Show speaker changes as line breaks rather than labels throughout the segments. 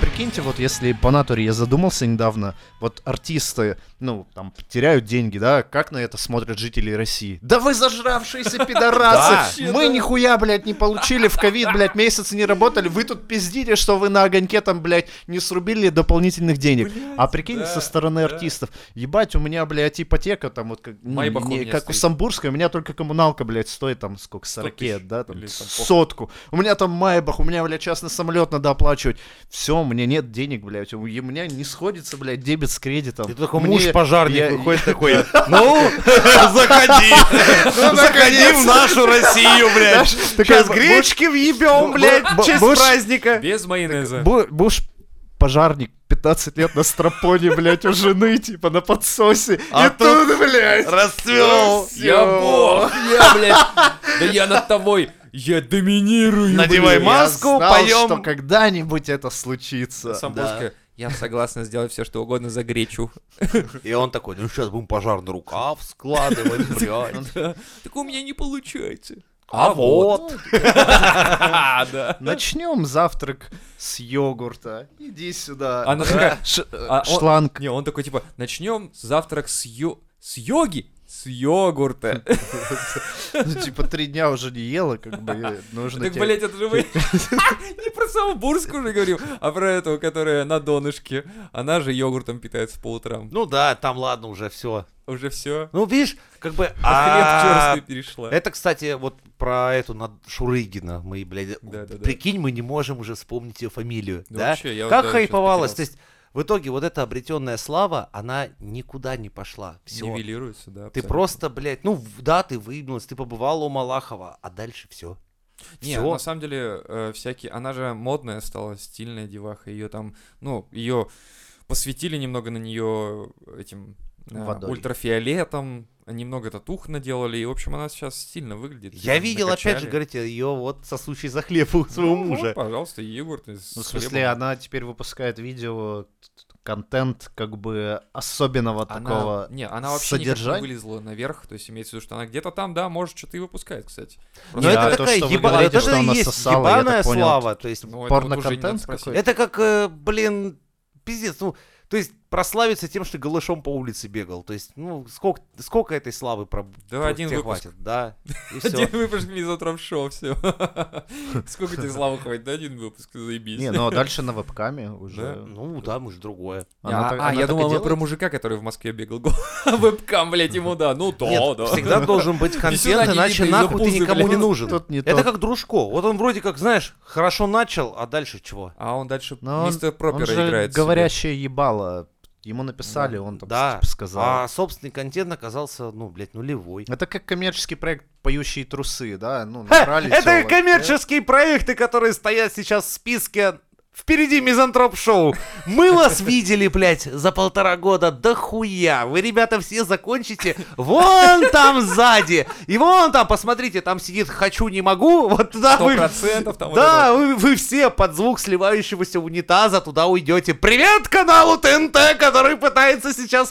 прикиньте, вот если по натуре я задумался недавно, вот артисты, ну, там, теряют деньги, да, как на это смотрят жители России? Да вы зажравшиеся пидорасы!
Да.
Мы нихуя, блядь, не получили в ковид, блядь, месяц не работали, вы тут пиздите, что вы на огоньке там, блядь, не срубили дополнительных денег. А прикинь,
да,
со стороны
да.
артистов, ебать, у меня, блядь, ипотека там, вот как, ну,
Майбах у
не-
меня
как у
стоит.
Самбурской, у меня только коммуналка, блядь, стоит там сколько, 40,
тысяч
да, там, типа.
или там пох-
сотку. У меня там майбах, у меня, блядь, частный самолет надо оплачивать. Все, у меня нет денег, блядь. У и у меня не сходится, блядь, дебет с кредитом.
И тут такой
Мне-
муж пожарник
я-
выходит такой, ну, заходи,
Ну,
заходи в нашу Россию, блядь.
такая
Сейчас
бу-
гречки
бу-
въебем, блядь,
бу-
в честь
буш-
праздника.
Без майонеза.
Бу- Муж пожарник 15 лет на стропоне, блядь, у жены, типа, на подсосе.
А
и тут, блядь,
Расцвел.
Я бог, я, блядь, да я над тобой, я доминирую,
Надевай
я
блядь.
маску,
знал,
поем.
что когда-нибудь это случится.
Самбурская, я согласна сделать все, что угодно за гречу.
И он такой, ну сейчас будем пожарный рукав складывать, блядь.
Так у меня не получается.
А вот.
А, да.
Начнем завтрак с йогурта. Иди сюда.
Она такая,
Ш- э,
а он-
Шланг.
не, он такой, типа, начнем завтрак с йо... С йоги? С йогурта.
Ну, Типа три дня уже не ела, как бы э, нужно
Так,
тебе-
блядь, это же вы... Не про Самбурскую уже говорим, а про этого, которая на донышке. Она же йогуртом питается по утрам.
Ну да, там ладно уже, все.
Уже все.
Ну, видишь, как бы...
А хлеб
а,
черствый перешла.
Это, кстати, вот про эту над- Шурыгина. Мы, блядь,
Да-да-да.
прикинь, мы не можем уже вспомнить ее фамилию.
Да
да?
вообще, я вот
Как
даже
хайповалась.
щас
То есть, в итоге, вот эта обретенная слава, она никуда не пошла. Все.
Нивелируется, да.
Ты
абсолютно.
просто, блядь, ну в- да, ты выебнулась, ты побывала у Малахова, а дальше все.
Не,
Всё.
на самом деле, э, всякие... Она же модная стала, стильная деваха. Ее там, ну, ее посвятили немного на нее этим э,
Водой.
ультрафиолетом, немного татух наделали, и, в общем, она сейчас стильно выглядит. её
Я
там
видел, опять же,
накачали.
говорите, ее вот сосущий за хлеб у своего
Ну,
мужа.
пожалуйста, йогурт из
Ну, в смысле,
хлебом.
она теперь выпускает видео, т- т- контент как бы особенного
Она-
такого.
не, она вообще никак
содержания-
не вылезла наверх, то есть имеется в виду, что она где-то там, да, может, что-то и выпускает, кстати.
Но
Не,
Просто
а
это
то,
такая
что вы
еба-
говорите,
это
что
же
она
и есть
сосала, я
ебаная
так понял.
слава. То есть,
ну, это вот уже не
порноконтент
надо спросить.
какой-то?
Это как, э, блин, пиздец, ну, то есть прославиться тем, что голышом по улице бегал. То есть, ну, сколько, сколько этой славы про
Да,
про
один
тебя
выпуск.
хватит, да. И
Один
все.
выпуск мизотром шоу, все. Сколько тебе славы хватит? Да один выпуск, заебись.
Не, ну а дальше на вебкаме уже.
Ну, да, мы же другое.
А,
Она
а,
так-
а,
она
я
так и
думал, мы
делает?
про мужика, который в Москве бегал голым. вебкам, блядь, ему да. Ну да,
Нет,
да.
всегда должен быть
Весюна
контент,
не
иначе
видно из-за
нахуй ты
пузы,
никому
блядь.
не нужен.
Тут не
Это
то.
как Дружко. Вот он вроде как, знаешь, хорошо начал, а дальше чего?
А он дальше
Но он-
мистер
Он
Пропера
же
играет. Ну, себе.
говорящее ебало. Ему написали, он там
Да.
типа, сказал.
А собственный контент оказался, ну, блядь, нулевой.
Это как коммерческий проект «Поющие трусы», да? Ну,
Ха,
набрали
Это
тёлок.
коммерческие проекты, которые стоят сейчас в списке. Впереди мизантроп-шоу. Мы вас видели, блядь, за полтора года. Да хуя. Вы, ребята, все закончите вон там сзади. И вон там, посмотрите, там сидит «хочу, не могу». Вот туда
Сто
А вы...
процентов там. вот это
Да, вы, вы все под звук сливающегося унитаза туда уйдете. Привет каналу ТНТ, который пытается сейчас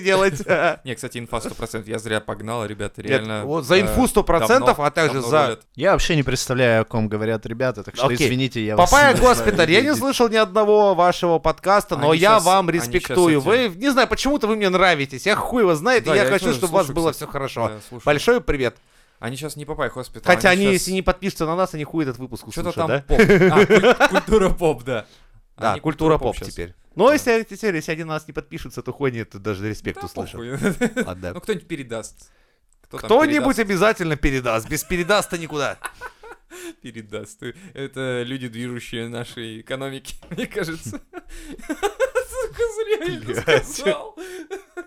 делать.
вот. Не, кстати, инфа 100%, я зря погнал, ребята,
Нет,
реально.
вот за
э,
инфу 100%,
давно-
а также
давно
за-
рулят.
Я вообще не представляю, о ком говорят ребята, так что
Окей.
извините, я вас
Папая
не знаю.
госпиталь, я не слышал ни одного вашего подкаста, но
Они
я
щас-
вам
они
респектую.
щас
Вы, не знаю, почему-то вы мне нравитесь. Я хуй его знает,
Да,
и я,
их
хочу,
тоже
чтобы у вас
слушаю,
было
кстати.
все хорошо.
Да, слушаю.
Большой привет.
Они сейчас не попай хоспитал.
Хотя они,
щас-
если не подпишутся на нас, они хуй этот выпуск
Что-то
услышат,
там
да?
поп. А, куль- культура поп, да. А,
Да,
Они
культура поп
щас.
теперь. Но
Да.
если, эти серии, если они на нас не подпишутся, то хуй нет, даже респект
Да
услышат.
похуй.
Ладно.
Ну, кто-нибудь передаст. Кто там
Кто-нибудь обязательно передаст. Без передаст-то никуда.
передаст. Ты- Это люди, движущие нашей экономики, мне кажется. Сука, зря я это сказал.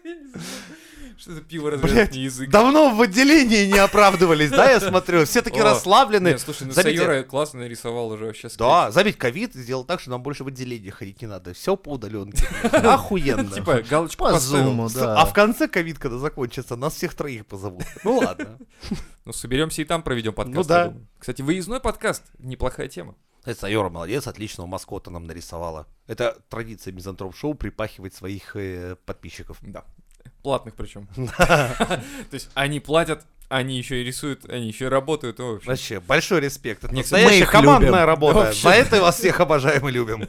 Я не знаю. Что за пиво развязать
Блядь,
мне язык?
Давно в отделении не оправдывались, да, я смотрю? Все такие
О,
расслаблены.
Не, слушай, ну
Заметьте,
Сайора классно нарисовал уже вообще. скетч.
Да, заметь, ковид сделал так, что нам больше в отделение ходить не надо. Все по удаленке. Охуенно.
Типа галочку
По
поставил.
зуму, да.
А в конце ковид, когда закончится, нас всех троих позовут. Ну ладно.
Ну, соберемся и там проведем подкаст.
Ну да.
я думаю. Кстати, выездной подкаст. Неплохая тема.
Это Сайора молодец, отличного маскота нам нарисовала. Это традиция мизантроп-шоу припахивать своих э, подписчиков.
Да. Платных причем. То есть они платят, Они еще и рисуют, они еще и работают. О, вообще.
Вообще, большой респект. Это
Не,
мы
настоящая
их
командная
любим.
работа.
Вообще.
За это вас всех обожаем и любим.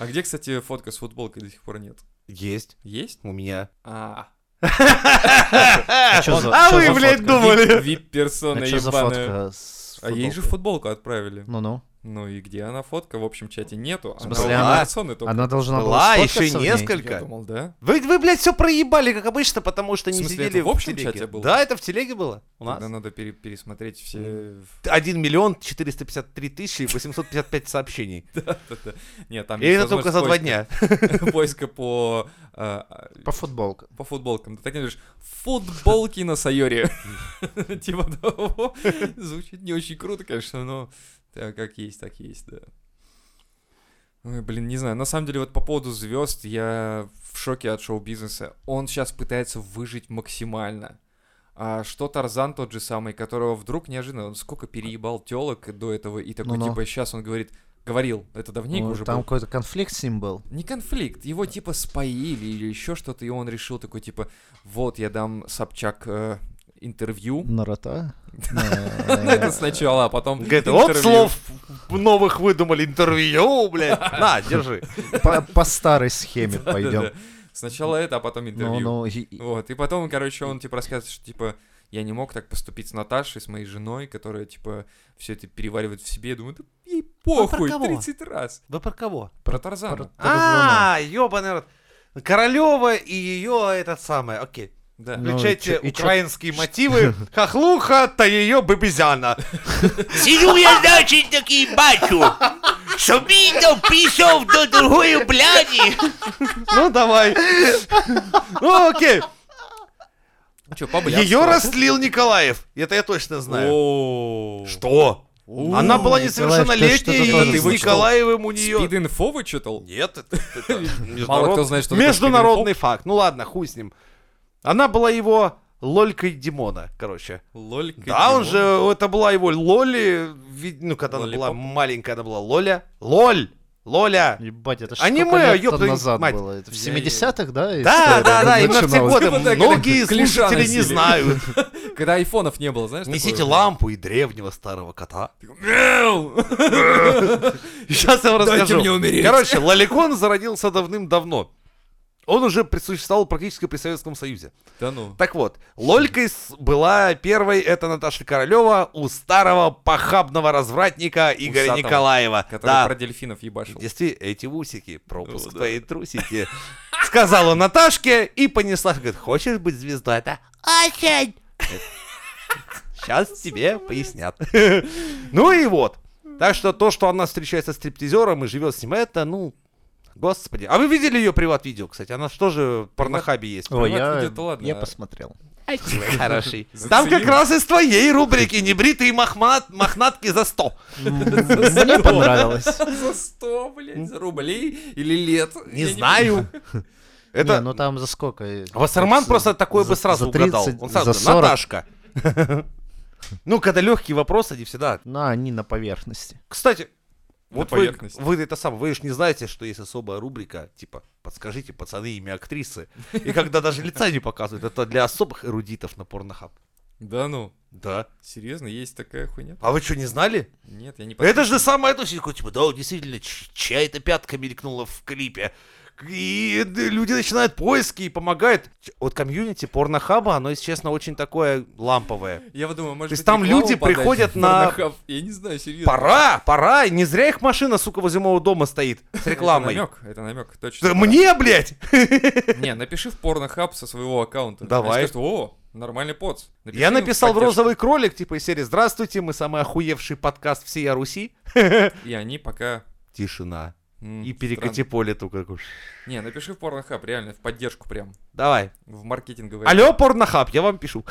А где, кстати, фотка с футболкой до сих пор нет?
Есть.
Есть?
У меня.
А,
А чё за-
А
чё
вы,
за
блядь,
фотка?
думали?
вип-персона
А что за
ебаная.
фотка с
А ей же
футболкой?
футболку отправили.
Ну-ну.
Ну и где она фотка? В общем чате нету.
В смысле,
у
она-
Марсоны только.
Она должна
Была
была
еще
сфоткаться в ней?
Я
несколько.
думал, да?
Вы, вы, блядь, все проебали, как обычно, потому что
В
не
смысле,
сидели
это в общем
телеге.
чате было?
Да, это в телеге было. У нас.
Тогда надо пере- пересмотреть все...
1 миллион 453 тысячи 855 сообщений.
Да-да. Нет, там
И
есть
это только за два
возможность
дня.
поиска- Поиска по... а, а,
По футболке.
По футболкам. Ты так и говоришь, футболки на Сайоре. Типа того. Звучит не очень круто, конечно, но так как есть, так есть, да. Ой, блин, не знаю. На самом деле, вот по поводу звезд, я в шоке от шоу-бизнеса. Он сейчас пытается выжить максимально. А что Тарзан тот же самый, которого вдруг неожиданно, он сколько переебал телок до этого, и такой,
Ну-ну.
типа, сейчас он говорит, говорил, это давненько
Ну,
уже
Там
был.
какой-то конфликт с ним был.
Не конфликт, его типа споили или еще что-то, и он решил такой типа, вот я дам Собчак э, интервью.
Нарота. Э,
Ну, это сначала, а потом
Говорит,
интервью.
вот слов новых выдумали интервью, блядь. На, держи.
По по старой схеме
Да-да-да.
пойдем.
Сначала это, а потом
Ну,
интервью.
ну, и- и-
Вот, и потом, короче, он типа рассказывает, что типа я не мог так поступить с Наташей, с моей женой, которая типа все это переваривает в себе. Я думаю, да ей похуй,
Ну, а кого?
30 раз.
Вы про кого?
Про Тарзана.
про-
А, ёбаный рот. Королева и ее этот самый, окей.
Да.
Ну, и
Включайте
чё- и чё-
украинские мотивы. Хохлуха, то ее бабизяна. Сижу я, значит, такие бачу. Что видел, пришел до другой бляди. Ну, давай. Ну, окей.
Че, побыл?
Ее растлил Николаев. Это я точно знаю.
Что?
Что?
О,
Она была
Николаев,
несовершеннолетняя,
ты что-то
и
тоже
с
вычитал.
Николаевым у нее...
Спид инфо вычитал?
Нет, это- это
Мало кто
международ-
знает, что такое
международный факт. Ну ладно, хуй с ним. Она была его лолькой Димона, короче.
Лолька.
Да, он
Димон.
же, это была его Лоли, ви- ну, когда она была
Лолипоп?
маленькая, она была Лоля. Лоль! Лоля!
Ебать, это ж
Аниме,
сколько лет
ёпта,
там назад
мать.
было. Это в
Я-
70-х, да?
Да,
история
да, да, именно в те
начиналась?
годы
Вот так,
многие
как клиша
слушатели не
носили.
знают.
Когда айфонов не было, знаешь?
Несите
такое?
лампу и древнего старого кота.
Мяу!
Сейчас я вам
Дайте
расскажу.
мне умереть.
Короче, Лоликон зародился давным-давно. Он уже присуществовал практически при Советском Союзе.
Да ну.
Так вот, Лолькой с- была первой, это Наташа Королева, у старого похабного развратника Игоря
Усатого,
Николаева.
Который
Да,
про дельфинов ебашил.
Действи- эти усики, пропуск
Ну, да.
твои трусики. Сказала Наташке и понесла. Говорит, хочешь быть звездой? Это очень. Сейчас тебе пояснят. Ну и вот. Так что то, что она встречается с стриптизером и живет с ним, это, ну, господи. А вы видели ее приват-видео, кстати? Она что же в порнохабе есть?
Ой,
Приват
я
ведет, ладно,
не
а-
посмотрел.
Хороший.
Заценил.
Там как раз из твоей рубрики «Небритые махмат- мохнатки за 100».
Мне понравилось.
За 100, блядь, за рублей или лет?
Не
Я
знаю.
Это...
Это
ну там за сколько?
Вассерман
За-
просто такое бы
за-
сразу
за
угадал.
30,
Он сразу
за
говорит,
40.
Наташка. Ну, когда легкие вопросы, они всегда.
На, Ну, они на поверхности.
Кстати,
На
вот вы,
поверхности.
вы это сам, вы же не знаете, что есть особая рубрика, типа, подскажите, пацаны, имя актрисы. И когда даже лица не показывают, это для особых эрудитов на порнохаб.
Да ну.
Да.
Серьезно, есть такая хуйня?
А вы что, не знали?
Нет, я не
Это же самая тусенька, такой, типа, да, действительно, ч- чья-то пятка мелькнула в клипе. И д- люди начинают поиски и помогают. Ч- Вот комьюнити порнохаба, оно, если честно, очень такое ламповое.
Я вот думаю, может
То есть
быть,
там
рекламу
люди
подать
приходят
в
на-
Pornhub? Я не знаю, серьезно.
Пора, пора, не зря их машина, сука, возле моего дома стоит с
Это
рекламой.
намек, это намек, точно.
Да Мне, блять!
Не, напиши в порнохаб со своего аккаунта.
Давай.
Они скажут, о, нормальный поц. Напиши
Я
им в
написал в
поддержку.
розовый кролик, типа, из серии «Здравствуйте, мы самый охуевший подкаст всей Руси».
И они пока...
Тишина.
м,
И
странно.
перекати поле только. такой, ш-
Не, напиши в порнохаб, реально, в поддержку прям.
Давай.
В маркетинговый.
Алло, порнохаб, я вам пишу.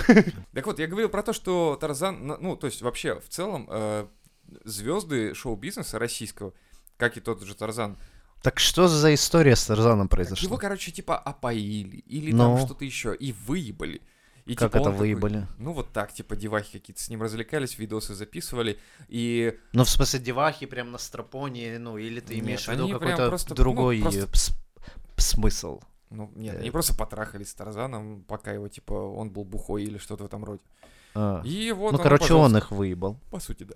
Так вот, я говорил про то, что Тарзан, на- ну, то есть вообще в целом э, звезды шоу-бизнеса российского, как и тот же Тарзан,
Так что за история с Тарзаном
его,
произошла?
короче, типа опоили или
Ну.
там что-то еще, и выебали. И,
Как
типа,
это
он такой,
выебали?
ну, вот так, типа, девахи какие-то с ним развлекались, видосы записывали, и...
Ну, в смысле, девахи прям на стропоне, ну, или ты
Нет,
имеешь в виду
они прям
какой-то
просто,
другой
ну, просто-
э, пс- смысл?
Ну, нет, они
Э.
просто потрахались с Тарзаном, пока его, типа, он был бухой или что-то в этом роде.
А.
И вот
Ну,
оно,
короче,
пожалуйста.
он их выебал.
По сути, да.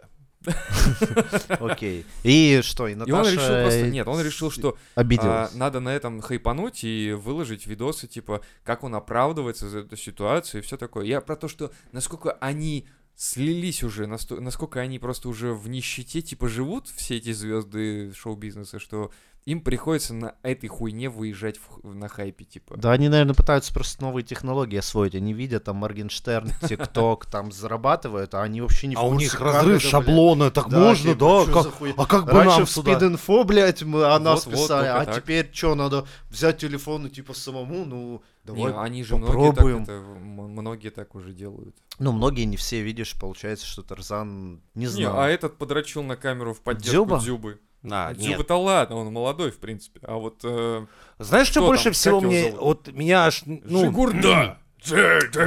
Окей. И что, и
И он
Наташа э,
решил просто... Нет, он решил, что а,
обиделась.
надо на этом хайпануть и выложить видосы, типа, как он оправдывается за эту ситуацию и все такое. Я про то, что насколько они слились уже, насто- насколько они просто уже в нищете, типа, живут все эти звезды шоу-бизнеса, что им приходится на этой хуйне выезжать в х- на хайпе, типа.
Да, они, наверное, пытаются просто новые технологии освоить. Они видят там Моргенштерн, ТикТок, там зарабатывают, а они вообще не в
А у
курсе,
них
как
разрыв
это,
шаблона, так можно,
типа,
да?
чё
как-
за хуй-
А как бы
Раньше
нам
в
сюда?
спид-инфо, блядь, мы- о нас
Вот-вот,
писали,
только
а
так.
теперь что, надо взять телефон и типа самому, ну,
Не,
давай.
они же
попробуем.
многие так это, м- многие так уже делают.
Ну, многие не все, видишь, получается, что Тарзан, не
Не,
знаю.
а этот подрочил на камеру в поддержку
Дзюба?
Дзюбы. Ну,
А, нет.
Дзюба-то ладно, он молодой, в принципе. А вот... э,
Знаешь, что
Кто
больше
там?
всего
Как его
мне...
зовут?
Вот меня аж... Ну,
Жигурда!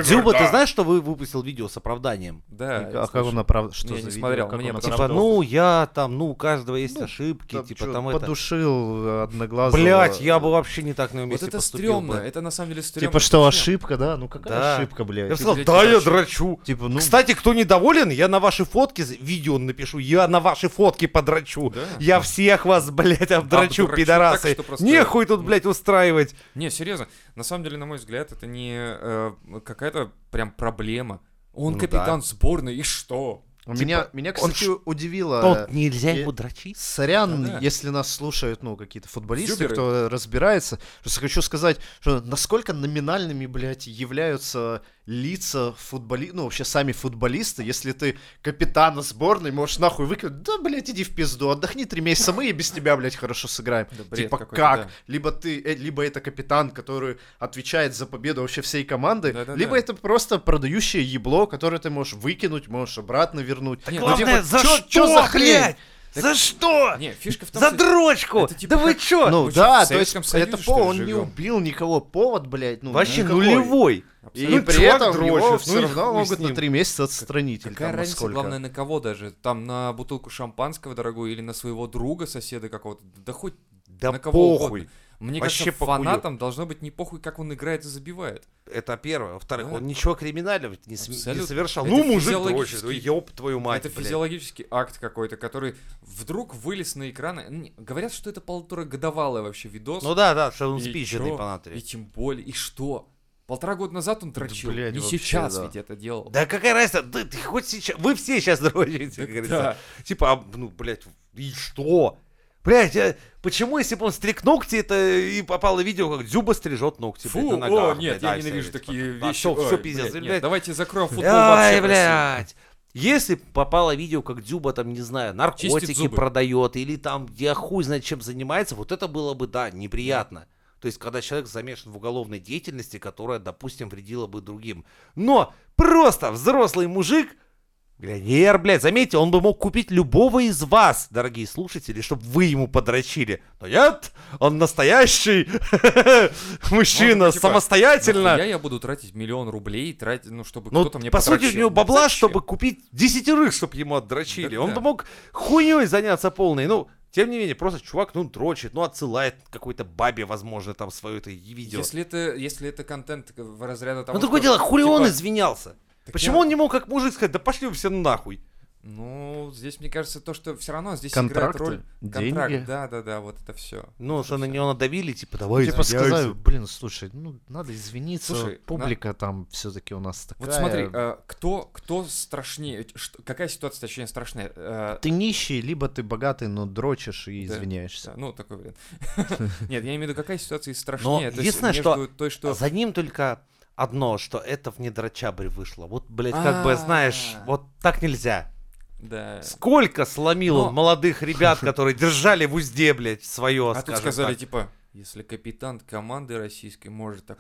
Дзюба, ты знаешь, что вы выпустил видео с оправданием?
Да.
И
я
как- а как
слышал.
он оправдал? Что
Я
за
не
видео?
смотрел,
Как
мне
он
потом
Типа,
оправдал?
ну, я там, ну, у каждого есть
Ну,
ошибки,
Там
типа
чё,
там это...
подушил э, одноглазого.
Блять, я бы вообще не так на его
Вот
месте
это
поступил
стрёмно,
бы.
это на самом деле стрёмно.
Типа что,
Зачем?
ошибка, да? Ну какая
Да.
ошибка,
Я
блядь?
бы сказал,
блядь,
да, я
дрочу».
драчу.
Типа, ну...
Кстати, кто недоволен, я на ваши фотки, з- видео напишу, я на ваши фотки подрачу.
Да.
Я всех вас, блядь, обдрачу,
Обдрачу А так,
пидорасы.
что просто-
Нехуй тут, блядь, устраивать.
Не, серьезно. На самом деле, на мой взгляд, это не э, какая-то прям проблема. Он
Ну
капитан сборной, и что?
У меня, меня,
он
кстати, удивило... э,
Но нельзя
и-
его дрочить.
Сорян,
Да-да.
если нас слушают, ну, какие-то футболисты,
Зюберы.
кто разбирается, просто хочу сказать, что насколько номинальными, блядь, являются лица футболистов, ну, вообще сами футболисты, если ты капитана сборной, можешь нахуй выкинуть, да, блядь, иди в пизду, отдохни три месяца, мы и без тебя, блядь, хорошо сыграем.
Да бред
типа
какой-то,
как?
да.
Либо ты, э, либо это капитан, который отвечает за победу вообще всей команды,
Да-да-да.
либо это просто продающее ебло, которое ты можешь выкинуть, можешь обратно вернуть.
Да нет,
Ну,
Главное,
типа,
за
чё-
что,
чё за хрень?
блядь? За что?
Не, фишка в том,
За
что-
дрочку!
это типа
Да вы
как-
чё?
Ну
Мы чё,
да,
в
то есть
Советском Союзе,
это
что ли,
повод, он не
живём?
убил никого, повод, блядь, ну
Вообще
никакой.
нулевой.
И
Ну,
при
чувак
этом его
дрочит,
все
ну и
равно
хуй с
могут на
ним.
три месяца отстранить. или
Какая
там
разница,
сколько.
главное, на кого даже? Там на бутылку шампанского дорогую или на своего друга, соседа какого-то? Да хоть
Да
на кого угодно.
похуй.
Мне
Вообще
кажется,
похую.
фанатам должно быть не похуй, как он играет и забивает.
Это первое. Во-вторых,
Да.
он ничего криминального не, см- не
Ну, Абсолютно.
совершал.
Это
ну, мужик
физиологически.
дрочит, ну, ёб твою мать,
это
блядь.
физиологический акт какой-то, который вдруг вылез на экраны. Н- Говорят, что это полуторагодовалый вообще видос.
Ну да, да, что он
И
спиченный
чё?
по
И
натри.
тем более, и что? Полтора года назад он дрочил,
блядь,
не
вообще,
сейчас
да.
ведь это делал.
Да какая разница, да, ты хоть сейчас, вы все сейчас дрочите,
Так
как говорится.
да.
Типа, а, ну, блядь, и что? Блядь, а почему, если бы он стриг ногти, это и попало видео, как Дзюба стрижет ногти,
Фу,
блядь, типа, на
о,
ногах,
нет,
блядь,
я
ай,
ненавижу
всё,
такие
типа, а
вещи.
всё,
Ой,
всё, пиздец,
блядь, нет,
блядь.
давайте закроем футбол вообще.
Ай,
красиво.
блядь. Если б попало видео, как Дзюба там, не знаю, наркотики
зубы.
продает, или там, я хуй знает, чем занимается, вот это было бы, да, неприятно. То есть, когда человек замешан в уголовной деятельности, которая, допустим, вредила бы другим. Но просто взрослый мужик, миллионер, блядь, заметьте, он бы мог купить любого из вас, дорогие слушатели, чтобы вы ему подрочили. Но нет, он настоящий мужчина,
типа,
самостоятельно.
Нахуя я буду тратить миллион рублей, тратить, ну, чтобы
Ну,
кто-то мне
по сути, у
подрочил?
него бабла,
Зачем?
чтобы купить десятерых, чтобы ему отдрочили.
Да,
Он
да.
бы мог хуйней заняться полной. Ну, тем не менее, просто чувак, ну, дрочит, ну, отсылает какой-то бабе, возможно, там свое это и видео.
Если это, если это контент в разряда того,
ну, такое
что,
дело, хули он
типа,
извинялся?
так
Почему
я-
он не мог как мужик сказать, да пошли вы все нахуй?
Ну, здесь, мне кажется, то, что все равно здесь играет
Контракты,
роль...
деньги.
Контракт, да-да-да, вот это все.
Ну, что на него надавили, типа, давай
Типа
извиняйся.
сказали, блин, слушай, ну надо извиниться,
Слушай,
публика там все-таки у нас такая.
Вот смотри, э, кто, кто страшнее, э, что- какая ситуация, точнее, страшнее? Э,
Ты нищий, либо ты богатый, но дрочишь и
Да.
извиняешься.
ну, такой вариант. Нет, я имею в виду, какая ситуация
Но
страшнее? То есть
единственное,
между
что-
той, что...
За ним только одно, что это в недрочабрь вышло. Вот, блядь, как бы,
А.
знаешь, вот так нельзя.
Да.
Сколько сломил
Но-
он молодых ребят, которые держали в узде, блядь, свое,
А тут
скажем
сказали,
так.
типа, если капитан команды российской может так...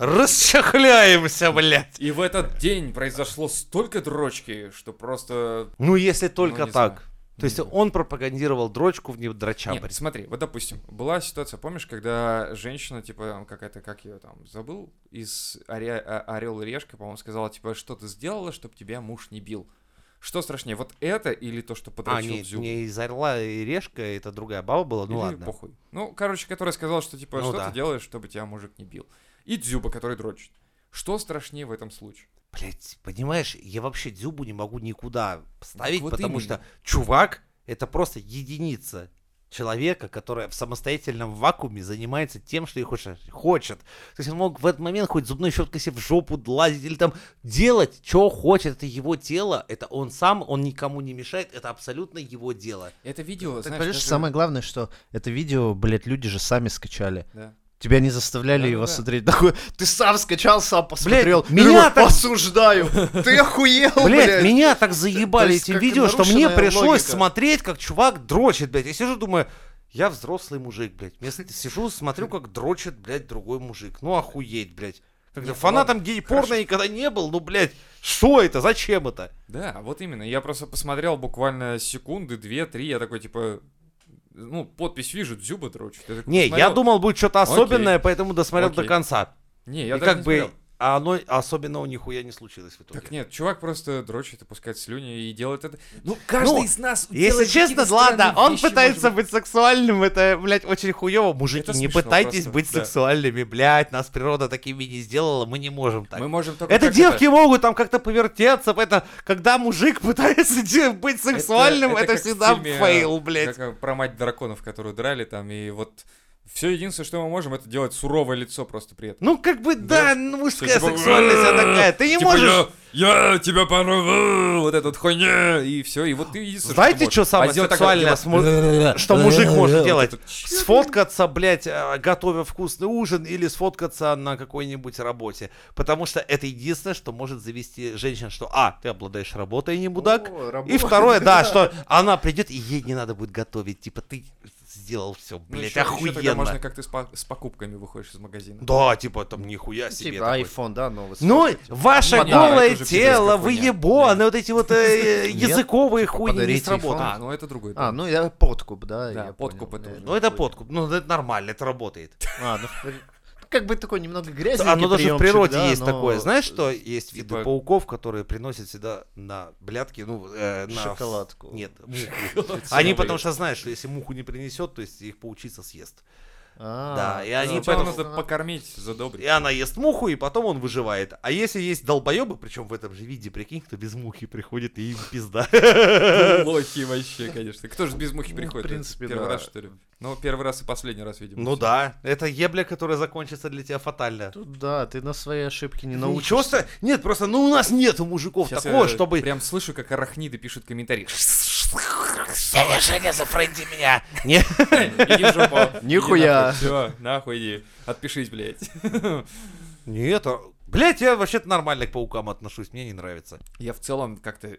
Расчехляемся, блядь.
И в этот день произошло столько дрочки, что просто...
Ну, если только
не
так.
знаю.
То есть
Не
он пропагандировал дрочку в недрочабрь.
Нет, смотри, вот допустим, была ситуация, помнишь, когда женщина, типа, там, какая-то, как я там забыл, из «Оре- а- Орел и Решка, по-моему, сказала, типа, что ты сделала, чтобы тебя муж не бил? Что страшнее, вот это или то, что
А,
подрочил
не,
Дзюбу?
не из Орла и Решка, это другая баба была, ну
Или
ладно.
похуй. Ну, короче, который сказал, что типа,
Ну
что
да.
ты делаешь, чтобы тебя мужик не бил. И Дзюба, который дрочит. Что страшнее в этом случае?
Блять, понимаешь, я вообще Дзюбу не могу никуда ставить,
вот
потому
именно.
что чувак это просто единица человека, которая в самостоятельном вакууме занимается тем, что и хочет. хочет. То есть он мог в этот момент хоть зубной щеткой себе в жопу лазить или там делать, что хочет, это его тело, это он сам, он никому не мешает, это абсолютно его дело.
Это видео,
Ты
знаешь,
понимаешь,
даже-
самое главное, что это видео, блядь, люди же сами скачали.
Да.
Тебя не заставляли
Да,
его
да, да.
смотреть. Такой, ты сам скачал, сам посмотрел.
меня
Я говорю,
так-
осуждаю. Ты охуел,
Блять,
Ну, блядь.
меня так заебали
То есть
эти
как
видео, что мне
нарушенная
пришлось
логика.
смотреть, как чувак дрочит, блядь. Я сижу, думаю, я взрослый мужик, блядь. Я с- сижу, смотрю, как дрочит, блядь, другой мужик. Ну охуеть, блядь. Когда
ну
фанатом гей-порно я никогда не был, ну, блядь, что это, зачем это?
Да, вот именно. Я просто посмотрел буквально секунды, две, три. Я такой, типа, ну, подпись вижу, дзюба дрочит. Я такой
Не, я
посмотрел.
думал, будет что-то
Окей.
особенное, поэтому досмотрел до
Окей.
конца.
Не, я
и
даже
как
не
бы
смотрел.
а оно особенного нихуя не случилось в итоге.
Так нет, чувак просто дрочит, опускает слюни и делает это. Ну, каждый
Ну,
из нас
Если
делает
честно,
какие-то
ладно,
странные
он
вещи,
пытается
может
быть сексуальным, это, блядь, очень хуево. Мужики,
Это
не
смешно
пытайтесь
просто,
быть
да.
сексуальными, блядь, нас природа такими не сделала, мы не можем так.
Мы можем только...
Это
как
девки могут там как-то повертеться, это когда мужик пытается де- быть сексуальным, это,
как в
всегда
фильме,
фейл,
э,
блядь.
как, э, про мать драконов, которую драли там, и вот... Все единственное, что мы можем, это делать суровое лицо просто при этом.
Ну, как бы,
Да.
да, ну,
Всё,
мужская
типа,
сексуальность она такая. Ты не
Типа,
можешь...
Я, я тебя порву, вот этот хуйня, и все, и вот ты единственное,
Знаете, что
можешь.
самое
А сделать так, типа,
сексуальное, с му- что мужик может делать?
этот чё
Сфоткаться, блядь, э, готовя вкусный ужин или сфоткаться на какой-нибудь работе. Потому что это единственное, что может завести женщин, что, а, ты обладаешь работой, не мудак.
О,
И
работа. типа
второе, да, что она придет, и ей не надо будет готовить. Типа, ты сделал все,
Ну,
блядь,
ещё- ещё тогда можно
охуенно.
как ты с, по- с покупками выходишь из магазина.
Да, типа, там нихуя себе.
Типа
такой.
iPhone, да, новый.
Ну,
смотрите.
ваше
Ну да, это
голое
уже пиздецкая
тело, вы
хуйня.
ебаны, вот эти вот э,
Нет, типа,
языковые хуйни не
подарите
сработают.
iPhone.
А, ну это другой.
А,
да.
ну я подкуп, да.
Да,
я
подкуп
понял,
это
да.
уже.
Ну, это подкуп. Ну, это нормально, это работает.
А, ну, в при- как бы такой немного грязи.
Оно даже в природе есть такое. Знаешь, что есть виды
типа-
пауков, которые приносят сюда на блядки, ну, э, на...
Шоколадку.
Нет, муху. ну, Они потому что знают, что если муху не принесет, то есть их паучица съест.
А,
Да, и они
Ну,
потом-
поэтому надо покормить, задобрить.
И она ест муху, и потом он выживает. А если есть долбоебы, причем в этом же виде, прикинь, кто без мухи приходит, и им пизда.
Лохи вообще, конечно. Кто же без мухи
Ну,
приходит?
в принципе, да.
Первый раз, что ли? Ну, первый раз и последний раз, видимо.
Ну
Всё.
да, это ебля, которая закончится для тебя фатально.
Тут, да, ты на свои ошибки не научишься.
Ничего ста- Нет, просто, ну у нас нету мужиков
Сейчас
такого,
я
чтобы...
Прям слышу, как арахниды пишут комментарии.
Совершенно зафренди меня. Не,
Иди в жопу. Иди
Нихуя.
нахуй. Всё, нахуй иди. Отпишись, блядь.
Нет, а... Блять, я вообще-то нормально к паукам отношусь, мне не нравится.
Я в целом как-то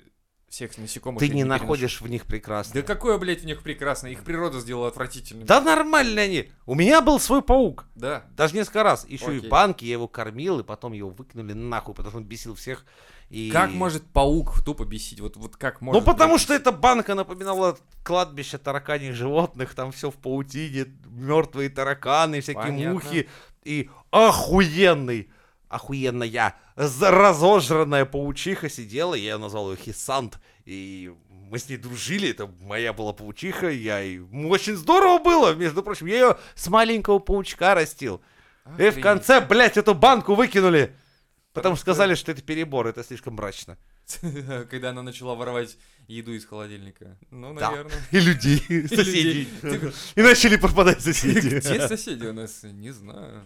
всех насекомых...
Ты
я
не
переношу.
находишь в них
Да
прекрасно.
какое, блядь, у них прекрасно. Их природа сделала отвратительными.
Да нормально они. У меня был свой паук.
Да.
Даже несколько раз. Еще и
Окей.
банки, я его кормил, и потом его выкинули нахуй, потому что он бесил всех. И...
Как может паук тупо бесить? Вот, вот как может?
Ну потому
блядь,
что эта банка напоминала кладбище тараканих животных, там все в паутине, мертвые тараканы, всякие
Понятно.
мухи и охуенный, охуенная, за- разожранная паучиха сидела, я назвал ее Хисант, и мы с ней дружили, это моя была паучиха, я и очень здорово было, между прочим, я ее с маленького паучка растил. И в
охренеть.
конце, блядь, эту банку выкинули. Потому
Потому
что
что-
сказали, что это перебор, это слишком мрачно.
Когда она начала воровать еду из холодильника. Ну,
Да.
наверное.
И людей,
И
соседей.
людей.
И начали пропадать соседи.
Где соседи у нас? Не знаю.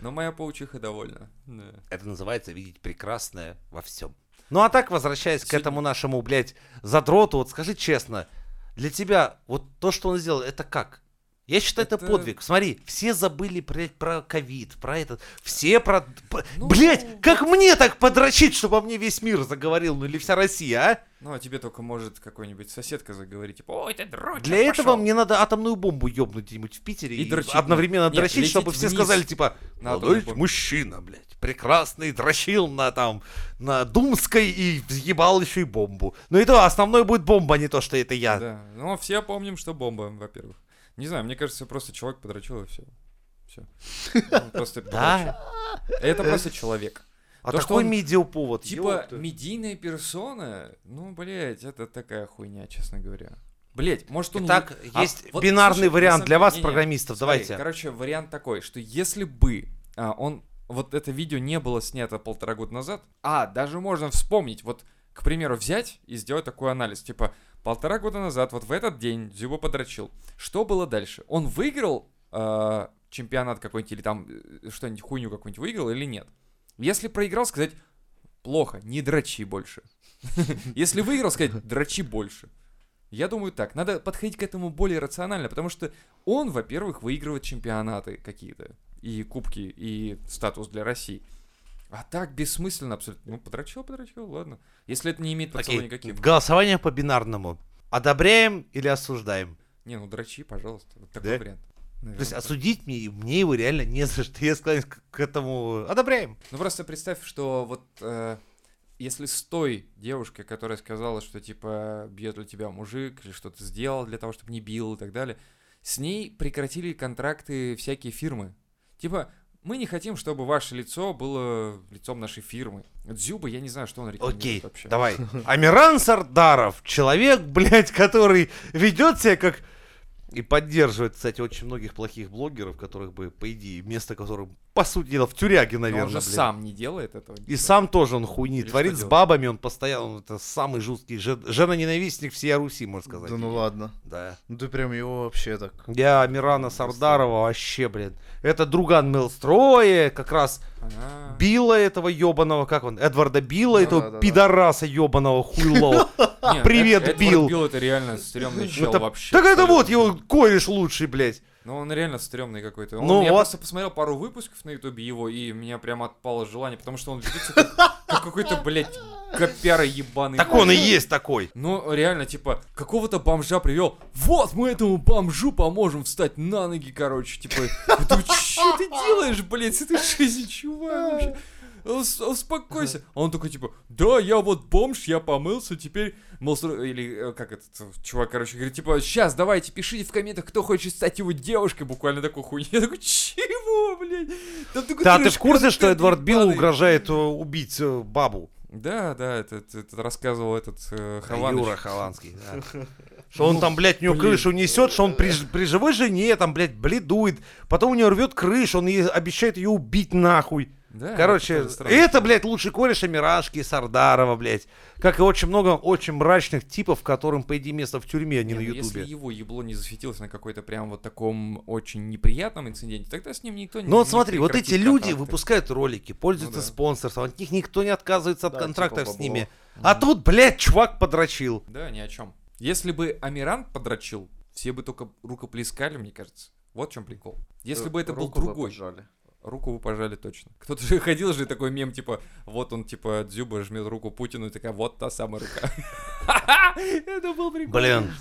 Но моя паучиха довольна. Да.
Это называется видеть прекрасное во всем. Ну а так, возвращаясь к
Сегодня-
этому нашему, блядь, задроту, вот скажи честно, для тебя вот то, что он сделал, это как? Я считаю, это,
Это-
подвиг. Смотри, все забыли, блядь, про ковид, про этот, все про... п-
Ну-
Блядь, как мне так подрочить, чтобы обо мне весь мир заговорил, ну или вся Россия,
Ну, а тебе только может какой-нибудь соседка заговорить, типа, ой, ты
а?
дрочь,
Для этого мне надо атомную бомбу ёбнуть где-нибудь в Питере
И
и,
дрочить. ну.
одновременно
Нет,
дрочить, чтобы
лететь
все
вниз
сказали, типа,
на
Молодой
атомной бомбе.
мужчина, блядь, прекрасный, дрочил на там, на Думской и взъебал еще и бомбу. Ну и то, основной будет бомба, а не то, что это я.
Да, но все помним, что бомба, во-первых. Не знаю, мне кажется, просто человек подрочил и все. Все. Просто
Да?
подрочил. Это просто человек.
А
То, что
такой
он,
медиаповод.
Типа,
ёпта.
медийная персона, ну, блядь, это такая хуйня, честно говоря. Блять, может он...
Итак,
А
есть
вот,
бинарный
слушай, на
вариант
самом
для
деле-
вас,
не-не,
программистов.
Смотри,
Давайте.
Короче, вариант такой, что если бы а, он вот это видео не было снято полтора года назад, а даже можно вспомнить, вот, к примеру, взять и сделать такой анализ, типа, полтора года назад, вот в этот день Дзюба подрочил. Что было дальше? Он выиграл э, чемпионат какой-нибудь или там э, что-нибудь, хуйню какую-нибудь выиграл или нет? Если проиграл, сказать, плохо, не дрочи больше. Если выиграл, сказать, дрочи больше. Я думаю так, надо подходить к этому более рационально, потому что он, во-первых, выигрывает чемпионаты какие-то, и кубки, и статус для России. А так бессмысленно абсолютно. Ну, подрочил, подрочил, ладно. Если это не имеет под собой
Окей,
никаких...
голосование по бинарному. Одобряем или осуждаем?
Не, ну дрочи, пожалуйста. Вот такой
Да?
вариант.
То есть
Наверное, так.
осудить мне, мне его реально не за что. Я склоняюсь к, к этому. Одобряем.
Ну просто представь, что вот э, если с той девушкой, которая сказала, что типа бьет ли тебя мужик, или что ты сделал для того, чтобы не бил и так далее, с ней прекратили контракты всякие фирмы. Типа, мы не хотим, чтобы ваше лицо было лицом нашей фирмы. Дзюба, я не знаю, что он рекомендует
Окей,
вообще.
давай. Амиран Сардаров, человек, блядь, который ведет себя как... И поддерживает, кстати, очень многих плохих блогеров, которых бы, по идее, место которых, по сути дела, в тюряге,
Но
наверное,
он же
блядь.
сам не делает этого.
И сам тоже он хуйни
Или
творит
что
с
делать?
бабами, он постоянно, он это самый жесткий же- женоненавистник всей Руси, можно сказать.
Да ну ладно.
Да.
Ну ты прям его вообще так...
Я Амирана Сардарова вообще, блин. Это друган Мелстроя, как раз
Ага.
Била этого ебаного, как он, Эдварда Била,
Да,
этого
да, да.
пидораса ебаного хуйло.
Не,
привет,
Эд- Эдвард
Билл.
Билл это реально стрёмный чел
это-
вообще.
Так это
абсолютно.
вот его кореш лучший, блядь.
Ну, он реально стрёмный какой-то. Он-
Ну
я
вот.
просто посмотрел пару выпусков на ютубе его, и у меня прям отпало желание, потому что он ведется как, как какой-то, блядь, копяра ебаный.
Так он и есть такой.
Ну, реально, типа, какого-то бомжа привел. Вот, мы этому бомжу поможем встать на ноги, короче. Типа, ты что ты делаешь, блядь, с этой жизнью, чувак, вообще? Ус- Успокойся. А он такой, типа, да, я вот бомж, я помылся, теперь... Монстр... Или э, как этот э, чувак, короче, говорит, типа, сейчас, давайте, пишите в комментах, кто хочет стать его девушкой, буквально такой хуйня. Я такой, чего, блядь? Там такой
Да, ты в
трэш
курсе, что
контент
Эдвард Билл
ебаный.
угрожает э, убить э, бабу?
Да, да, это, это- это рассказывал этот э, Хованыч.
Юра Хованский, да.
Ну,
Что он там, блядь, у него крышу несет, что он при, ж- при живой жене там, блядь, бледует. Потом у него рвет крышу, он ей обещает ее убить нахуй.
Да,
Короче,
тоже
это,
странно.
блядь, лучший кореш Амирашки, Сардарова, блядь. Как и очень много очень мрачных типов, которым, по идее, место в тюрьме, а не
Не,
на
ну Если
Ютубе.
его ебло не засветилось на какой-то прям вот таком очень неприятном инциденте, тогда с ним никто не
Ну вот
Э, не
смотри, вот эти
прекратит
люди
контакты.
выпускают ролики, пользуются
Ну да.
спонсорством, от них никто не отказывается от
Да,
контрактов
типа
с
бабло.
ними. А тут, блядь, чувак подрочил.
Да, ни о чем. Если бы Амиран подрочил, все бы только рукоплескали, мне кажется. Вот в чем прикол. Если бы это был
Руку бы
другой,
пожали.
руку бы пожали точно. Кто-то же ходил же такой мем, типа, вот он, типа, Дзюба жмет руку Путину, и такая, вот та самая рука. Это был прикол.
Блин,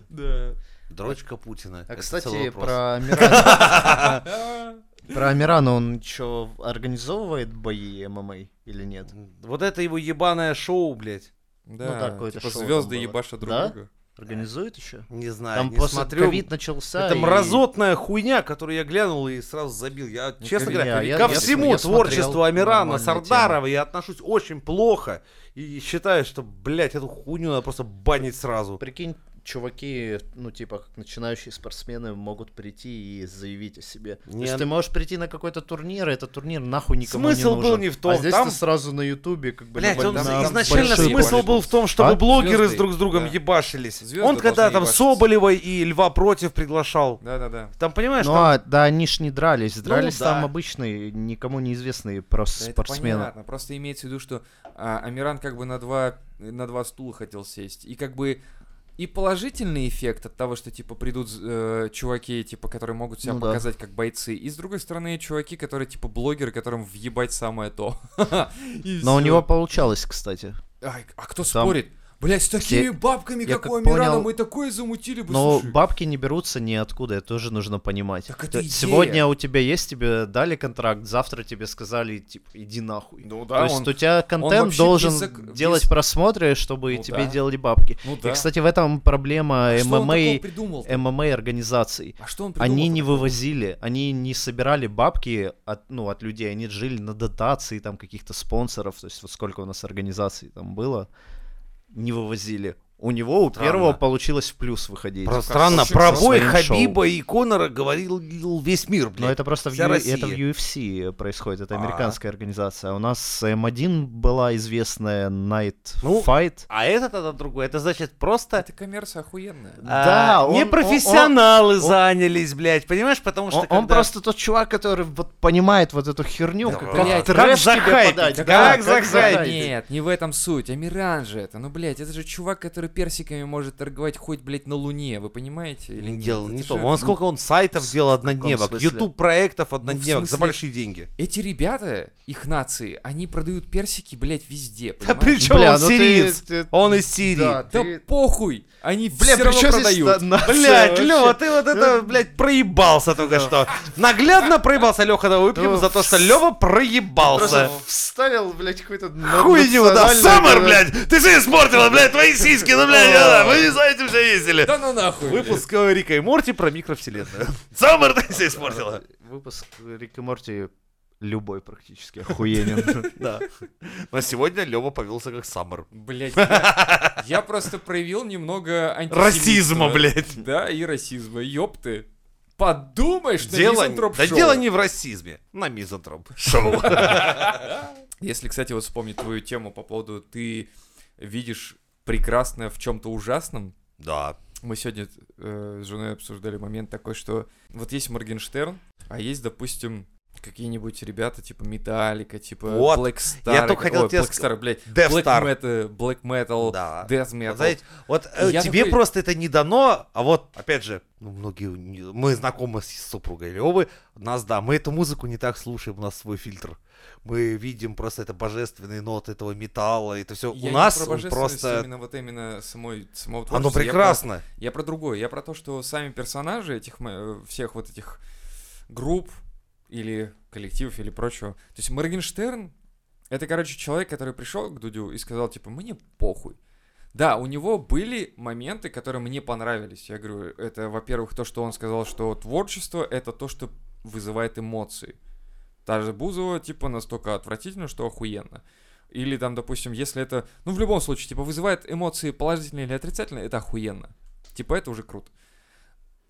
Да.
дрочка Путина.
А,
Это целый
кстати,
вопрос.
про Амирана.
А,
Про Амирана он что, организовывает бои ММА или нет?
Вот это его ебаное шоу, блядь.
Да,
да, какое-то
типа
Ну, шоу там
звезды
было.
ебашат друг
Да?
друга.
Организует еще?
Не знаю,
Там
А, не
после
смотрю.
ковид начался.
Это
и-
мразотная хуйня, которую я глянул и сразу забил. Я, честно
хуйня,
говоря,
я-
ко
я
см-
всему
Ну, я
творчеству
смотрел,
Амирана
нормальная
Сардарова я отношусь очень плохо. И считаю, что, блядь, эту хуйню надо просто банить сразу.
Прикинь, чуваки, ну, типа, как начинающие спортсмены могут прийти и заявить о себе. То
Не,
есть ты можешь прийти на какой-то турнир, и этот турнир нахуй никому
Смысл
не
был
нужен.
не в том,
А здесь
там-
ты сразу на ютубе как бы...
Блять,
на-
он
на
там
изначально
большие
смысл
площади.
был в том, чтобы
А?
блогеры
Звезды,
с друг с другом
да.
ебашились.
Звезды
Он когда
должны
там
ебашиться.
Соболева и Льва Против приглашал.
Да-да-да.
Там, понимаешь,
Ну,
там- Ну
а, да, они ж не дрались. Дрались там
да.
обычные, никому неизвестные просто
Да это
спортсмены.
понятно, просто имеется в виду, что а, Амиран как бы на два, на два стула хотел сесть. И как бы и положительный эффект от того, что типа придут э, чуваки, типа, которые могут себя
Ну да.
показать как бойцы. И с другой стороны, чуваки, которые типа блогеры, которым въебать самое то. И
Но у
всё.
него получалось, кстати.
Ай, А кто
там-
спорит? Блять, с такими
Все-
бабками,
я
как
как
у Амирана,
понял-
мы такое замутили бы,
Но
слушай.
Ну, бабки не берутся ниоткуда, это тоже нужно понимать.
Так это
То есть
идея.
Сегодня у тебя есть, тебе дали контракт, завтра тебе сказали, типа, иди нахуй.
Ну
То
да,
есть
он-
у тебя контент
вообще
должен
без зак-
делать
без-
просмотры, чтобы
Ну
тебе
да.
делали бабки.
ну
И,
да.
кстати, в этом проблема
А что он такого
ММА,
придумал?
ММА организаций.
А что он придумал?
Они не вывозили, они не собирали бабки от, ну, от людей, они жили на дотации там каких-то спонсоров, то есть вот сколько у нас организаций там было, не вывозили.
У него, у
Странно.
первого получилось в плюс выходить.
Про странно,
Со
про бой
своим шоу.
Хабиба и Конора говорил весь
Ну,
мир,
Но
блядь.
это просто в,
вся
Ю-
Россия.
это в UFC происходит, это
А.
американская организация. А У нас с М1 была известная Night
Ну,
Fight.
А этот это другой. Это значит просто
Это коммерция охуенная.
Да,
а,
он-
не
он-
профессионалы занялись, блядь, понимаешь, потому что
Он, он
когда-
просто тот чувак, который вот понимает вот эту херню,
Да,
как,
блядь,
как трэш
Ну, как
тебе
захайпить,
подать,
как
да,
захайпить.
захайпить.
Нет, не в этом суть. Амиран же это. Ну, блядь, это же чувак, который персиками может торговать хоть, блядь, на Луне. Вы понимаете? Или
Не
нет?
делал
Это
не
же-
то. Он сколько он сайтов сделал однодневок,
смысле?
YouTube проектов однодневок за
Ну, смысле?
большие деньги.
Эти ребята, их нации, они продают персики, блядь, везде,
Да
понимаешь?
при чем
Бля,
он
ну ты-
сириец?
ты-
Он из Сирии.
Да,
Да
ты-
похуй! Они
Бля,
все
при
равно
чём здесь
продают.
та- нация
Блять,
вообще?
Лева, ты вот это, блядь, проебался только что. Наглядно проебался Леха, да выпьем
Ну,
за то, что Лева проебался.
Просто вставил, блядь, какой-то на-
Хуйню, ну, да,
национальный, э,
Саммер,
да.
блядь, ты же испортила, блядь, твои сиськи, ну, блядь, да, вы не знаете, все ездили.
Да ну нахуй!
Выпуск э, Рика и Морти про микровселенную. Саммер, ты все испортила.
Выпуск Рик и Морти любой практически охуенен.
Да. Но сегодня Лева повелся как Саммер.
Блять, я, я просто проявил немного антисемитства.
Расизма, блядь.
Да, и расизма, ёб ты. Подумаешь, что
Дело,
мизантроп
да
шоу.
дело не в расизме, на мизантроп шоу.
Если, кстати, вот вспомнить твою тему по поводу «ты видишь прекрасное в чем то ужасном»,
Да.
мы сегодня э, с женой обсуждали момент такой, что вот есть Моргенштерн, а есть, допустим, какие-нибудь ребята типа Металлика, типа
Вот.
Black Star.
Я только хотел
ой,
тебе
Black Star, блядь, э,
Death
Black
Star.
Metal, Black Metal,
Да.
Death Metal.
Знаете, вот э,
Я
тебе
такой-
просто это не дано, а вот, опять же, ну, многие, у не- мы знакомы с супругой Левы, нас, да, мы эту музыку не так слушаем, у нас свой фильтр. Мы видим просто это божественные ноты этого металла, это все
Я
у
не
нас
про божественность,
просто...
именно вот именно самой самого
Оно
творчества. Я
прекрасно.
про- Я про, другое. Я про то, что сами персонажи этих м- э, всех вот этих групп или коллективов или прочего. То есть Моргенштерн это, короче, человек, который пришел к Дудю и сказал типа мне похуй. Да, у него были моменты, которые мне понравились. Я говорю, это, во-первых, то, что он сказал, что творчество это то, что вызывает эмоции. Та же Бузова, типа, настолько отвратительно, что охуенно. Или там, допустим, если это, ну, в любом случае, типа, вызывает эмоции положительные или отрицательные, это охуенно. Типа, это уже круто.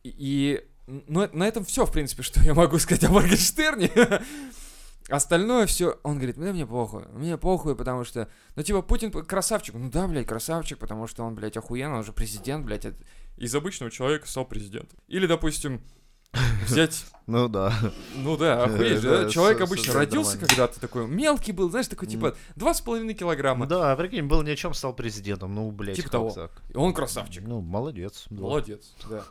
И- И, н- ну, э- на этом все, в принципе, что я могу сказать о Моргенштерне. Остальное все, он говорит, мне, мне похуй, мне похуй, потому что, ну, типа, Путин п- красавчик, ну да, блядь, красавчик, потому что он, блядь, охуенно, он же президент, блядь, это- из обычного человека стал президентом. Или, допустим, взять
Ну да.
ну да, охуеть же,
Да,
да? Человек
со-
обычно
совершенно
родился
нормально.
когда-то такой мелкий был, знаешь, такой типа 2,5 килограмма.
Да, прикинь, был ни о чем, стал президентом. Ну, блядь,
Типа
как
того.
так?
И он красавчик.
Ну, молодец. да.
Молодец, да.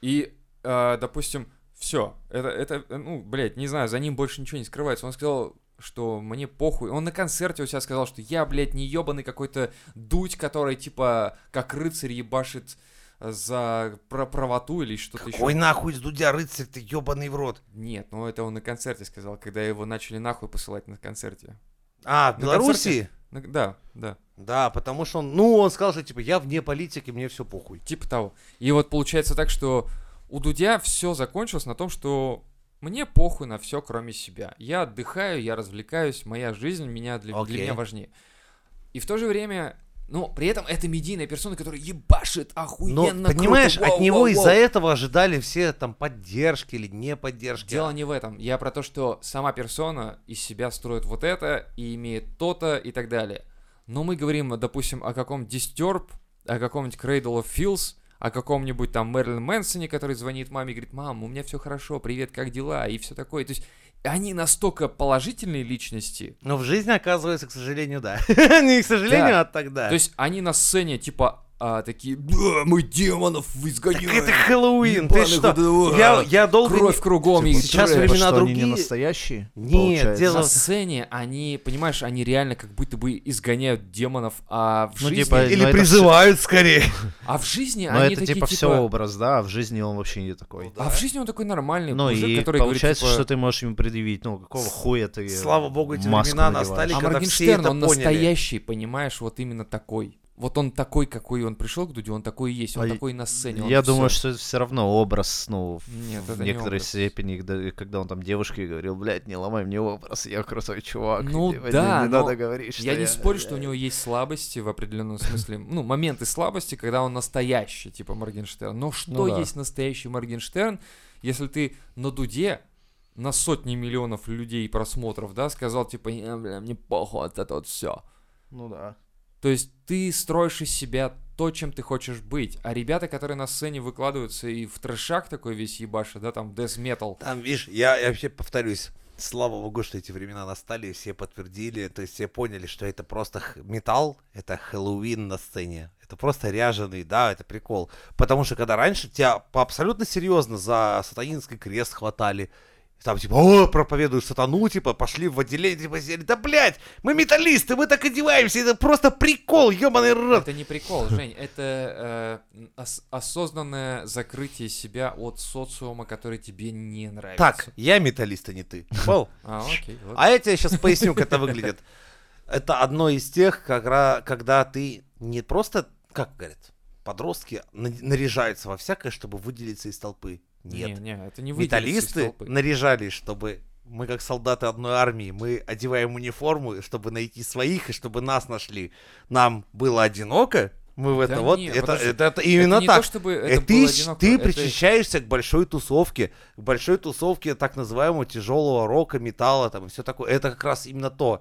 И, э, допустим, все. Это, это, э, ну, блядь, не знаю, за ним больше ничего не скрывается. Он сказал, что мне похуй. Он на концерте у себя сказал, что я, блядь, не ебаный какой-то дуть, который, типа, как рыцарь ебашит э, за про- правоту или что-то еще.
Ой, нахуй, с Дудя рыцарь, ты ебаный в рот.
Нет, ну это он на концерте сказал, когда его начали нахуй посылать на концерте.
А, в
На
Белоруссии?
Ну, да, да.
Да, потому что он, ну, он сказал, что, типа, я вне политики, мне все похуй.
Типа того. И вот получается так, что у Дудя все закончилось на том, что мне похуй на все, кроме себя. Я отдыхаю, я развлекаюсь, моя жизнь меня для, для
Окей.
меня важнее. И в то же время, ну, при этом это медийная персона, которая ебашит
Но,
охуенно круто,
Ну, понимаешь, от
вау,
него
вау,
из-за
вау.
этого ожидали все там поддержки или не поддержки.
Дело не в этом. Я про то, что сама персона из себя строит вот это и имеет то-то и так далее. Но мы говорим, допустим, о каком Disturb, о каком-нибудь Cradle of Filth, о каком-нибудь там Мерлин Мэнсоне, который звонит маме и говорит, мам, у меня все хорошо, привет, как дела, и все такое. То есть они настолько положительные личности,
Но в жизни оказывается, к сожалению, да. Не к сожалению,
Да.
а тогда.
то есть они на сцене типа а, такие, «Да, мы демонов изгоняем.
Так это Хэллоуин, ты
Ебаных
что?
вот этого,
Я, я долго... не-
А, Кровь кругом. и
Типа,
сейчас
трэш,
времена
что они не
другие.
настоящие?
Нет,
получается?
дело-
На сцене они, понимаешь, они реально как будто бы изгоняют демонов, а в
Ну,
жизни...
типа,
Или
Но это
призывают скорее.
А в жизни
Но
они
это
такие,
типа
типа...
все образ, да, а в жизни он вообще не такой.
А в жизни он такой нормальный
Ну
мужик,
и
который
получается,
говорит,
что
типа...
ты можешь им предъявить, ну какого хуя ты
Слава богу, эти
маску
времена
надеваешь?
настали,
А
когда все
Моргенштерн,
это
он
поняли.
настоящий, понимаешь, вот именно такой. вот он такой, какой он пришел к Дудю, он такой и есть, он
А
такой и на сцене. он
Я
всё.
думаю, что все равно образ, ну, в-
Нет, это
в
не
некоторой
образ.
степени, когда- когда он там девушке говорил, блядь, не ломай мне образ, я крутой чувак.
Ну
и, блядь,
да,
не
но
надо говорить, что
Я не спорю, что у него есть слабости в определенном смысле, ну, моменты слабости, когда он настоящий, типа Моргенштерн. Но что
Ну да.
есть настоящий Моргенштерн, если ты на дуде на сотни миллионов людей просмотров, да, сказал, типа, «Я, бля, мне похуй, вот это вот все.
Ну да.
То есть ты строишь из себя то, чем ты хочешь быть. А ребята, которые на сцене выкладываются и в трэшах такой весь ебаша, да, там, death metal,
Там, видишь, я, я вообще повторюсь. Слава богу, что эти времена настали, и все подтвердили, то есть все поняли, что это просто х- металл, это Хэллоуин на сцене. Это просто ряженый, да, это прикол. Потому что когда раньше тебя по абсолютно серьезно за сатанинский крест хватали, там типа, о, проповедуешь сатану, типа, пошли в отделение, типа, сели, да, блядь, мы металлисты, мы так одеваемся, это просто прикол, ебаный рот.
Это не прикол, Жень, это э, ос- осознанное закрытие себя от социума, который тебе не нравится.
Так, я металлист, а не ты. Понял?
А, окей. вот.
А я тебе сейчас поясню, как это выглядит. Это одно из тех, когда, когда ты не просто, как говорят, подростки на- наряжаются во всякое, чтобы выделиться из толпы.
Не,
Нет.
не, это не выделится из
Металлисты
толпы.
наряжались, чтобы мы как солдаты одной армии, мы одеваем униформу, чтобы найти своих и чтобы нас нашли. Нам было одиноко, мы в это
Да
вот,
не,
это,
потому что
это, это
Это
именно
не
так.
то, чтобы
Э,
это
ты,
было
щ-
одиноко,
ты
это-
причащаешься к большой тусовке, к большой тусовке так называемого тяжелого рока, металла там и все такое. Это как раз именно то.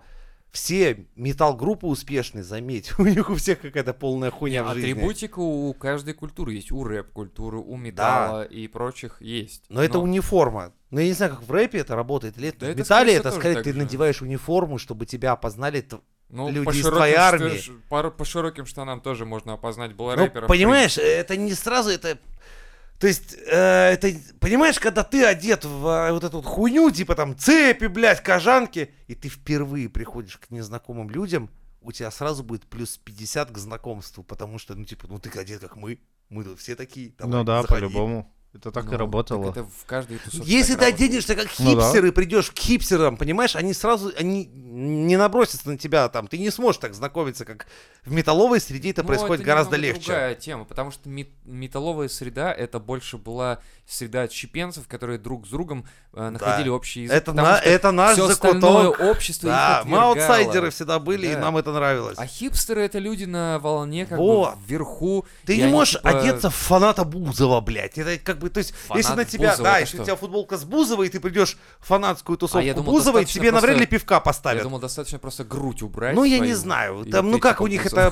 Все метал-группы успешные, заметь, у них у всех какая-то полная хуйня в жизни.
Атрибутика у каждой культуры есть, у рэп-культуры, у металла и прочих есть.
Но это униформа. Ну, я не знаю, как в рэпе это работает или это
Да
в
это,
металле,
скорее всего,
это
тоже
скорее
так
ты
же.
надеваешь униформу, чтобы тебя опознали. т-
ну,
люди
по
из
широким
твоей
штэ-
армии.
ш- По, по широким штанам тоже можно опознать было
Ну,
рэпера. в
понимаешь, это не сразу, это... То есть, э, это, понимаешь, когда ты одет в э, вот эту вот хуйню, типа там цепи, блядь, кожанки, и ты впервые приходишь к незнакомым людям, у тебя сразу будет плюс 50 к знакомству, потому что, ну, типа, ну, ты одет как мы, мы тут все такие. давай,
ну да,
заходи.
по-любому. Это так
принципе.
и
Ну,
работало.
так это в каждой тусовке
Если
так
ты
работает.
оденешься как
Ну да.
хипстеры, придешь к хипстерам, понимаешь, они сразу, они не набросятся на тебя там, ты не сможешь так знакомиться, как в металловой среде это
Ну,
происходит
это
гораздо
немного
легче.
другая тема, потому что мет- металловая среда это больше была среда чепенцев, которые друг с другом э, находили общий язык.
Это,
потому
на-
что
это наш
всё остальное
закуток.
общество их
Да, мы
отвергало.
аутсайдеры всегда были, и
Да.
нам это нравилось.
А хипстеры это люди на волне, как
Вот.
бы вверху.
Ты
и
не
они,
можешь
типа,
одеться в фаната Бузова, блядь. Это как бы, то есть, если
Фанат
на тебя,
Бузова,
да,
это
если у
что? А
тебя футболка с Бузовой, и ты придешь в фанатскую тусовку
я думал,
Бузовой,
достаточно
тебе навряд ли
просто-
пивка
Я
поставят.
думал, достаточно просто грудь убрать.
Ну, я не
свою,
знаю,
и
там, ну
ты,
как
типа,
у них
Бузова.
это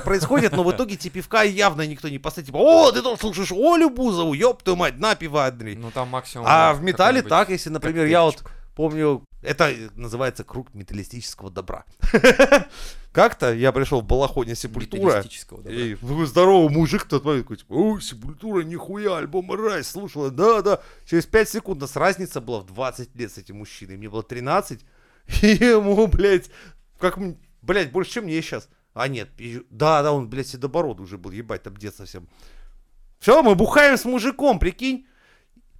происходит, но в итоге тебе пивка явно никто не поставит. Типа, о, ты тоже слушаешь Олю Бузову, ёб твою мать, на пиво, Андрей.
Ну там максимум.
А
да,
в металле
какой-нибудь-
так, если, например, я вот помню, это называется круг металлистического добра. Как-то я пришел в балахоне Сепультура,
металлистического добра.
и ну, здоровый мужик тот момент такой, типа, «Ой, Сепультура, нихуя, альбом Рай слушала, да-да. Через 5 секунд у нас разница была в 20 лет с этим мужчиной, мне было 13, и ему, блядь, как, м- блядь, больше, чем мне сейчас. А нет, и- да-да, он, блядь, седобородый уже был, ебать, там дед совсем. Все, мы бухаем с мужиком, прикинь.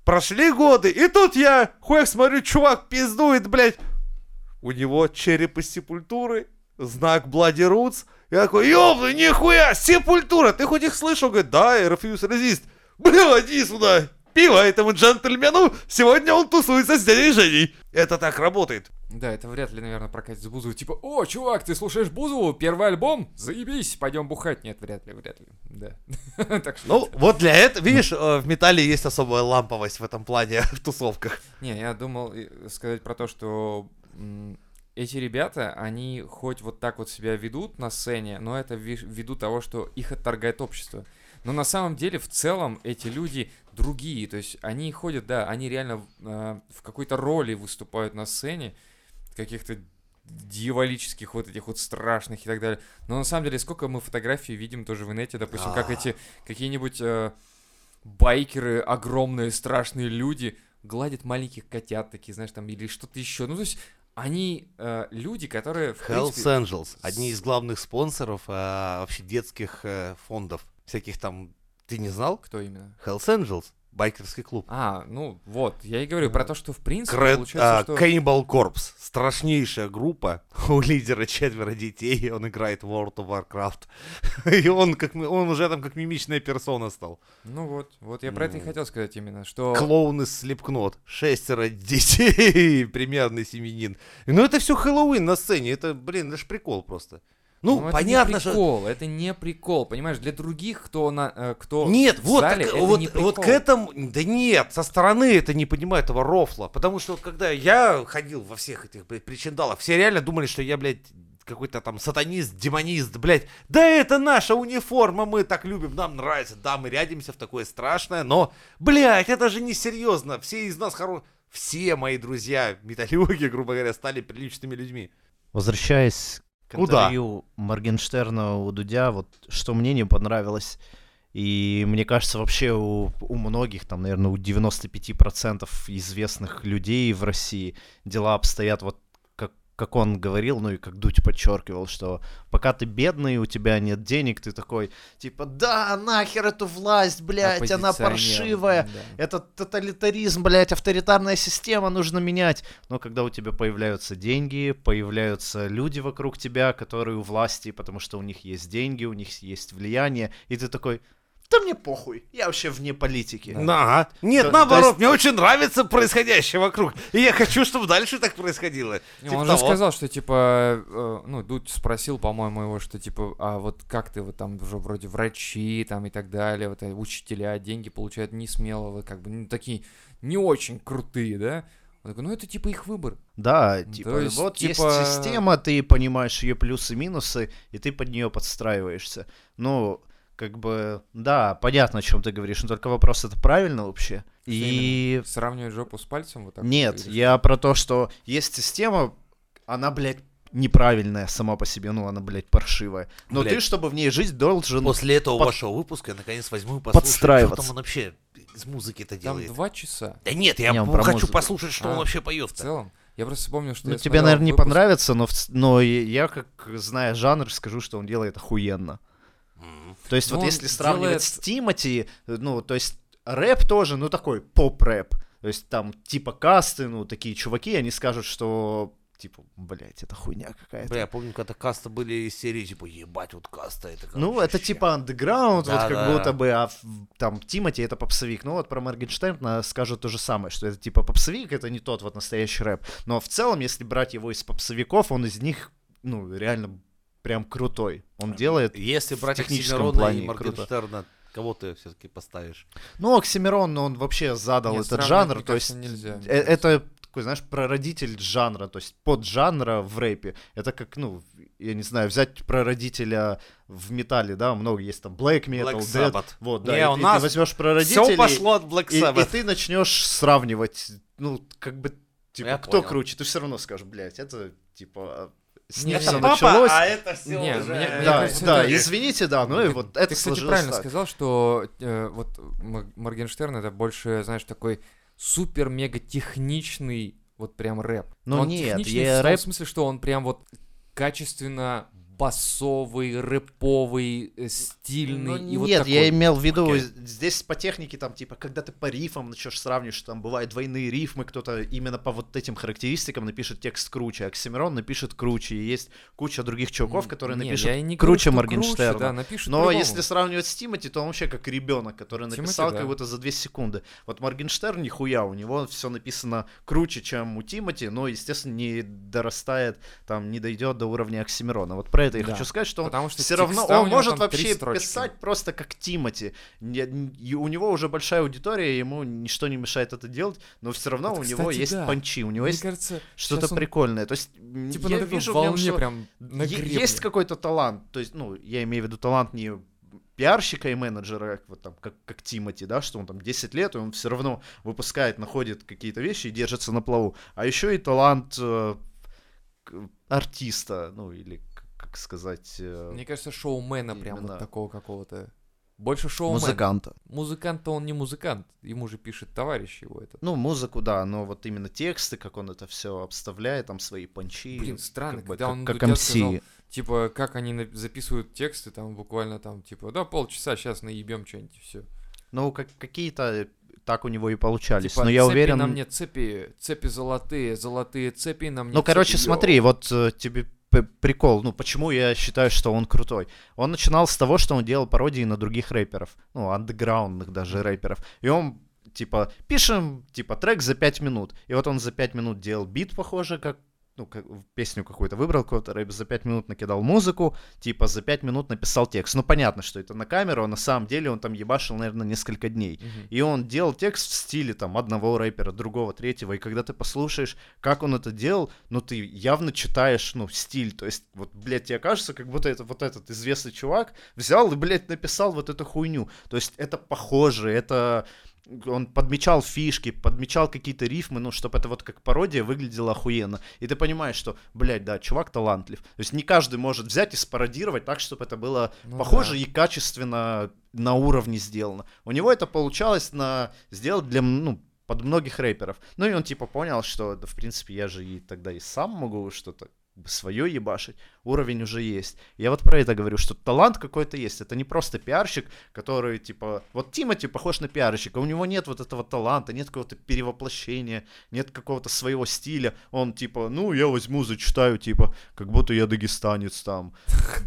Прошли годы, и тут я, хуяк, смотрю, чувак пиздует, блядь. У него череп из сепультуры, знак Bloody Roots. Я такой, ёбну, нихуя, сепультура, ты хоть их слышал? Говорит, да, Refuse Resist. Бля, иди сюда, пиво этому джентльмену, сегодня он тусуется с дядей Женей. Это так работает.
Да, это вряд ли, наверное, прокатит с Бузову. Типа, о, чувак, ты слушаешь Бузову? Первый альбом? Заебись, пойдем бухать. Нет, вряд ли, вряд ли. Да. Так что...
Ну, вот для этого, видишь, э, в металле есть особая ламповость в этом плане, в тусовках.
Не, я думал э, сказать про то, что м, эти ребята, они хоть вот так вот себя ведут на сцене, но это ви- ввиду того, что их отторгает общество. Но на самом деле, в целом, эти люди другие. То есть они ходят, да, они реально э, в какой-то роли выступают на сцене, каких-то дьяволических вот этих вот страшных и так далее. Но на самом деле, сколько мы фотографий видим тоже в инете, допустим, как
Да.
эти какие-нибудь э, байкеры, огромные страшные люди, гладят маленьких котят такие, знаешь, там, или что-то еще. Ну, то есть, они э, люди, которые, в
Hells
принципе,
Angels, одни из главных спонсоров а, вообще детских э, фондов, э, всяких там, ты не знал?
Кто именно?
Hells Angels, Байкерский клуб.
А, ну вот, я и говорю про то, что в принципе
Крэд,
получается, что...
а, Cannibal Corpse. Страшнейшая группа. У лидера четверо детей. Он играет в World of Warcraft. И он, как, мы- он уже там как мимичная персона стал.
Ну вот, вот я про это и
Ну.
хотел сказать именно, что...
Клоун из Слепкнот. Шестеро детей. Примерный семенин. Ну это все Хэллоуин на сцене. Это, блин, это ж прикол просто. Ну,
это не
понятно, что...
прикол, это не прикол, понимаешь, для других, кто на, э, кто
Нет,
в
вот,
зале,
так,
это
вот,
не
вот
прикол.
к этому, да нет, со стороны это не понимаю этого рофла, потому что вот когда я ходил во всех этих блядь, причиндалах, все реально думали, что я, блядь, какой-то там сатанист, демонист, блядь, да это наша униформа, мы так любим, нам нравится, да, мы рядимся в такое страшное, но, блядь, это же несерьезно, все из нас хоро... Все мои друзья, металлюги, грубо говоря, стали приличными людьми.
Возвращаясь к
Куда?
интервью Моргенштерна у Дудя, вот что мне не понравилось, и мне кажется, вообще у, у многих, там, наверное, у 95% известных людей в России дела обстоят вот как, как он говорил, ну и как Дудь подчеркивал, что пока ты бедный, у тебя нет денег, ты такой, типа, да, нахер эту власть, блядь, она
Оппозиционер,
паршивая,
да.
этот тоталитаризм, блядь, авторитарная система, нужно менять. Но когда у тебя появляются деньги, появляются люди вокруг тебя, которые у власти, потому что у них есть деньги, у них есть влияние, и ты такой, да мне похуй, я вообще вне политики.
Ага. а? Нет,
То- то
наоборот,
есть-
мне очень нравится происходящее вокруг. И я хочу, чтобы дальше так происходило.
Не,
Типа
он же
того.
сказал, что типа, э, ну, Дудь спросил, по-моему, его, что типа, а вот как ты вот там уже вроде врачи там и так далее, вот э, учителя деньги получают не смело, вот как бы ну, такие не очень крутые, да? Он такой, ну это типа их выбор.
Да,
То
типа,
есть,
вот
типа-
есть система, ты понимаешь ее плюсы и минусы, и ты под нее подстраиваешься. Ну, как бы, да, понятно, о чем ты говоришь, но только вопрос, это правильно вообще? И
Сравнивать жопу с пальцем вот так. вот,
Нет,
или
я про то, что есть система, она, блядь, неправильная сама по себе, ну она, блядь, паршивая. Но
Блядь.
ты, чтобы в ней жить, должен...
После этого
под-
вашего выпуска я наконец возьму и послушаю, что
Подстраиваться.
там он вообще из музыки-то
что? Там
делает.
два часа
Да нет, я
Не, он
п-
про
хочу
музыку.
послушать, что он
А,
вообще
в
поет.
целом. Я просто помню, что
Ну,
я
тебе,
смотрел
наверное, не
выпуск-
понравится, но, в ц- но и я, как зная жанр, скажу, что он делает охуенно. То есть,
Ну,
вот
он
если сравнивать
делает-
с Тимати, ну, то есть, рэп тоже, ну, такой поп-рэп. То есть, там, типа, касты, ну, такие чуваки, они скажут, что, типа, блядь, это хуйня какая-то.
Бля, я помню, когда каста были из серии, типа, ебать, вот каста это
Ну,
короче,
это
ща.
типа андеграунд, вот
Да,
как
да.
будто бы, а в- там Тимати это попсовик. Ну вот про Моргенштерна скажут то же самое, что это типа попсовик, это не тот вот настоящий рэп. Но в целом, если брать его из попсовиков, он из них, ну, реально прям крутой. Он делает...
Если
в
брать
техническом
Оксимирона и
плане круто.
Моргенштерна, кого ты все-таки поставишь?
Ну, Оксимирон, ну, он вообще задал
Нет,
этот
сравнивать,
жанр,
мне
то есть...
кажется, нельзя.
э, Это такой, знаешь, прародитель жанра, то есть поджанра в рэпе. Это как, ну, я не знаю, взять прародителя в металле, да, много есть там black metal,
Black
death,
Sabbath.
вот, да,
Не,
и,
у
ты-
нас
ты возьмешь
Все
прародителей,
пошло от Black
и, и
Sabbath.
ты начнешь сравнивать, ну, как бы, типа,
Я
кто
понял.
круче, ты все равно скажешь, блядь, это, типа, с
Не,
них
не,
все
не.
Папа,
началось.
а это все
Не,
уже...
мне- мне
Да,
кажется,
да,
да.
извините, да, ну и
Ты-
вот это
Ты, кстати,
сложилось
правильно
так.
сказал, что э, вот М- Моргенштерн это больше, знаешь, такой супер-мега техничный вот прям рэп.
Ну
он
нет,
техничный
я
в том
рэп-
смысле, что он прям вот качественно басовый, рэповый, э, стильный.
Ну,
и вот
нет,
такой.
я имел в виду,
Окей.
здесь по технике, там, типа, когда ты по рифам начнешь сравнивать, что там бывают двойные рифмы, кто-то именно по вот этим характеристикам напишет текст круче, а Оксимирон напишет круче, и есть куча других чуваков,
М,
которые
не,
напишут
я и не говорю,
круче
что
Моргенштерна.
да, напишут
Но
по-любому.
если сравнивать с Тимати, то он вообще как ребенок, который
Тимати,
написал
да.
как будто за 2 секунды. Вот Моргенштерн нихуя, у него все написано круче, чем у Тимати, но, естественно, не дорастает, там, не дойдет до уровня Оксимирона. Вот про это я
Да.
хочу сказать, что он
Потому что
все равно
текста у
он
него
может
там три
вообще
строчки.
писать просто как Тимати. Не- н- и У него уже большая аудитория, ему ничто не мешает это делать, но все равно
Это,
у него
кстати,
есть
да.
панчи, у него
Мне
есть
кажется,
что-то
щас он,
прикольное. То есть м,
Типа
я
на такой
вижу в нем,
волне
что
прям на
е-
гребне.
есть какой-то талант. То есть, ну, я имею в виду талант не пиарщика и менеджера, как вот там, как, как Тимати, да, что он там 10 лет, и он все равно выпускает, находит какие-то вещи и держится на плаву. А еще и талант э, к- артиста, ну, или к- как сказать... э,
Мне кажется, шоумена прям
Именно.
вот такого какого-то. Больше шоумен.
музыканта.
Музыкант-то он не музыкант. Ему же пишет товарищ его этот.
Ну, музыку, да, но вот именно тексты, как он это все обставляет, там свои панчи.
Блин, странно,
как бы,
когда
как-
он
как
Дудя
MC.
сказал, типа, как они на- записывают тексты, там буквально там, типа, да, полчаса, сейчас наебем что-нибудь, все.
Ну, как, какие-то так у него и получались.
Типа,
Но ну я
цепи
уверен...
на мне цепи, цепи золотые, золотые цепи на мне
Ну, короче,
цепи, йоу.
смотри, вот э, тебе п- прикол, ну, почему я считаю, что он крутой. Он начинал с того, что он делал пародии на других рэперов, ну, андеграундных даже рэперов, и он типа, пишем, типа, трек за 5 минут. И вот он за 5 минут делал бит, похоже, как ну, как- песню какую-то выбрал, какой-то рэп, за 5 минут накидал музыку, типа за 5 минут написал текст. Ну, понятно, что это на камеру, а на самом деле он там ебашил, наверное, несколько дней.
Мгм.
И он делал текст в стиле там одного рэпера, другого, третьего. И когда ты послушаешь, как он это делал, ну ты явно читаешь, ну, стиль. То есть, вот, блядь, тебе кажется, как будто это вот этот известный чувак взял и, блядь, написал вот эту хуйню. То есть это похоже, это... Он подмечал фишки, подмечал какие-то рифмы, ну, чтобы это вот как пародия выглядело охуенно. И ты понимаешь, что, блядь, да, чувак талантлив. То есть не каждый может взять и спародировать так, чтобы это было
Ну
похоже
да.
и качественно на уровне сделано. У него это получалось на сделать для м- ну под многих рэперов. Ну и он типа понял, что да, в принципе я же и тогда и сам могу что-то свое ебашить. Уровень уже есть. Я вот про это говорю, что талант какой-то есть. Это не просто пиарщик, который типа вот Тимати похож на пиарщика. У него нет вот этого таланта, нет какого-то перевоплощения, нет какого-то своего стиля. Он типа ну я возьму зачитаю типа как будто я дагестанец там.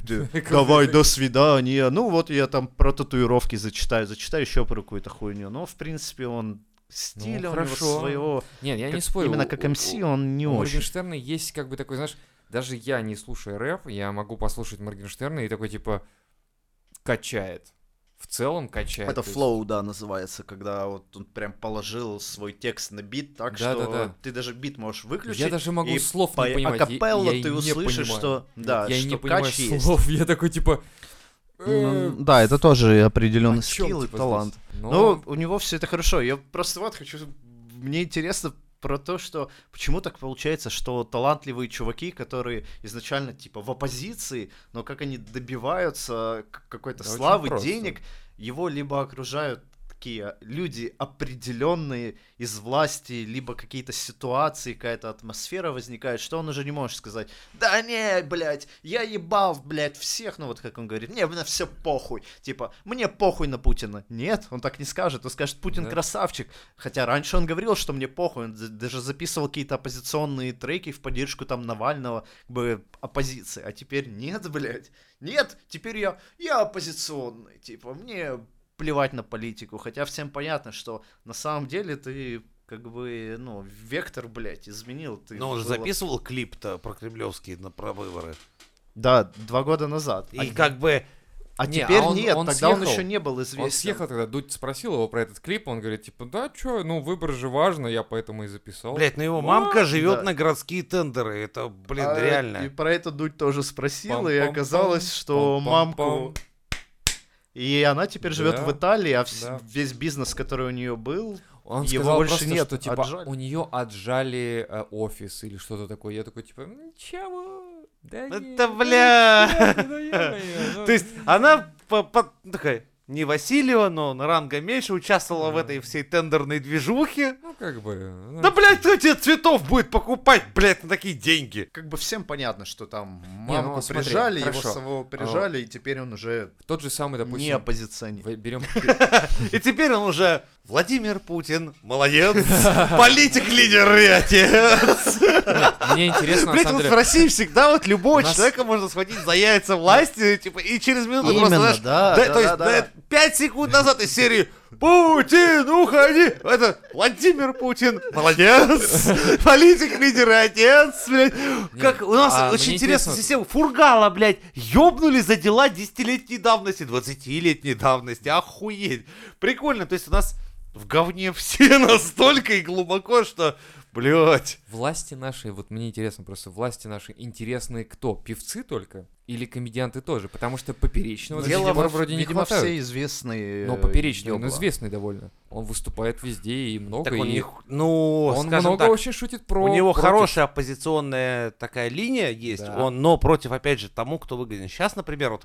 Д- Давай, до свидания. Ну вот я там про татуировки зачитаю, зачитаю еще про какую-то хуйню. Но, в принципе, он стиля у него
Ну, хорошо.
своего.
Нет, я не
как-
спорю.
Именно
у-
как
у-
МС он не
у
очень.
Моргенштерна есть как бы такой, знаешь, даже я не слушаю рэп, я могу послушать Моргенштерна и такой типа качает. В целом качает.
Это
то есть-
флоу, да, называется, когда вот он прям положил свой текст на бит, так что
Да-да-да.
ты даже бит можешь выключить.
Я даже могу
и
слов
по
не понимать. я-
акапелло
я и
ты
не
услышишь,
понимаю.
что да,
я и
что
не понимаю
кач есть.
слов, я такой типа... э,
Ну, Да, это тоже
о
определенный
чём,
скилл и
типа,
талант.
здесь?
Ну, у него все это хорошо. Я просто вот хочу... Мне интересно про то, что почему так получается, что талантливые чуваки, которые изначально типа в оппозиции, но как они добиваются к- какой-то
Да очень
славы,
просто.
денег, его либо окружают такие люди определенные из власти, либо какие-то ситуации, какая-то атмосфера возникает, что он уже не может сказать, да не, блядь, я ебал, блядь, всех, ну вот как он говорит, мне на все похуй, типа, мне похуй на Путина. Нет, он так не скажет, он скажет, Путин
Да.
красавчик. Хотя раньше он говорил, что мне похуй, он за- даже записывал какие-то оппозиционные треки в поддержку там Навального, как бы оппозиции, а теперь нет, блядь, нет, теперь я, я оппозиционный, типа, мне плевать на политику, хотя всем понятно, что на самом деле ты как бы, ну, вектор, блядь, изменил. Ты
Но Ну, он же
было-
записывал клип-то про кремлевские, на- про выборы.
Да, два года назад.
И как бы...
А
Не, а
теперь
он-
нет,
он
тогда он
съехал.
еще не был известен.
Он съехал тогда, Дудь спросил его про этот клип, он говорит, типа, да, чё, ну, выбор же важно, я поэтому и записал.
Блять, ну его
Вот,
мамка живет
да.
на городские тендеры. Это, блин,
А, И
реально.
про это Дудь тоже спросил, и
Пам-пам-пам,
оказалось, что
пам-пам-пам.
мамку... И она теперь живет
Да,
в Италии, а вс-
да.
весь бизнес, который у нее был,
Он
Его
сказал
больше
просто,
нет,
что, типа,
отжали.
у нее отжали э, офис или что-то такое. Я такой, типа, «М, чего? Да не-
Это,
ну,
бля.
ну, я понимаю,
То есть она по- по- такая, не Васильева, но на ранга меньше участвовала в
Да.
этой всей тендерной движухе.
Ну, ну, как бы... ну,
Да, блядь, кто тебе цветов будет покупать, блядь, на такие деньги?
как бы всем понятно, что там
ну,
мамку
смотри,
прижали, его
хорошо. А,
самого прижали, и теперь он уже
Тот же самый,
не
допустим...
оппозиционер.
Берем
И теперь он уже Владимир Путин, молодец, политик-лидер, блядь.
Мне интересно, на
Блядь,
самом
вот в
деле...
России всегда вот любого
У нас-
человека можно схватить за яйца власти, типа, и через минуту просто,
Именно,
знаешь,
да,
да,
да,
то есть,
да,
да,
да.
это пять секунд назад из серии «Путин, уходи!» Это Владимир Путин, молодец, политик-лидер и отец, блядь. Как у нас
а
очень
мне
интересная
интересно-
система. Фургала, блядь, ёбнули за дела десятилетней давности, 20-летней давности, охуеть. Прикольно, то есть у нас в говне все настолько и глубоко, что, блядь.
Власти наши, вот мне интересно просто, власти наши интересные кто? Певцы только? Или комедианты тоже? Потому что поперечного
Дело
Ну, видимо,
во-
вроде не
Ну, видимо,
хватает.
все известные.
Но
э,
поперечный, он
ёбла.
известный довольно. Он выступает везде и много.
Так у
и
них, ну,
он
скажем
много
так,
очень шутит про...
у него
против.
хорошая оппозиционная такая линия есть,
Да.
он, но против, опять же, тому, кто выгоден. Сейчас, например, вот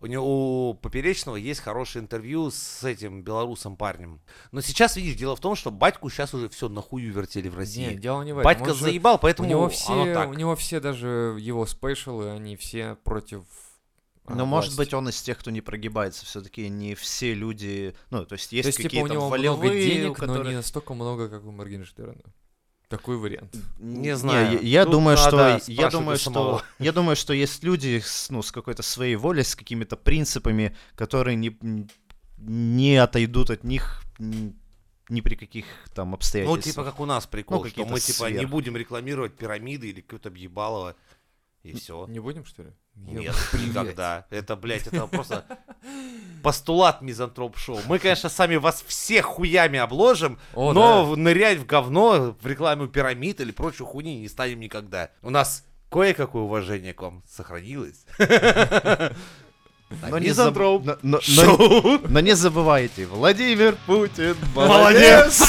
у него у Поперечного есть хорошее интервью с этим белорусом парнем. Но сейчас, видишь, дело в том, что батьку сейчас уже все нахую вертели в России.
Не, дело не в этом.
Батька
Он же-
заебал,
у
поэтому
него
оно
все,
так.
у
Ну,
него все даже его спешалы, они все против а,
Ну, может
власть.
быть, он из тех, кто не прогибается. Все-таки не все люди. Ну, то есть есть,
То есть, типа,
какие-то
у него много
волевые, у
денег,
которых...
но не настолько много, как у Моргенштерна. Такой вариант.
Не знаю.
я- я
Тут
думаю,
надо
что я
спрашивать у
думаю, что
самого.
я думаю, что есть люди с, ну, с какой-то своей волей, с какими-то принципами, которые не не отойдут от них н- ни при каких там
Ну,
обстоятельствах.
типа как у нас прикол,
Ну,
что
какие-то
мы типа не
сверх.
будем рекламировать пирамиды или какое-то ебалово, и все.
Не будем, что ли?
типа. Нет, никогда. Это, блядь, это просто постулат мизантроп-шоу. Мы, конечно, сами вас всех хуями обложим,
О,
но
да.
в- нырять в говно, в рекламу пирамид или прочую хуйни не станем никогда. У нас кое-какое уважение к вам сохранилось.
но не, заб-
Мизантроп.
но- но- но-
Шоу.
но не забывайте, Владимир Путин
Молодец!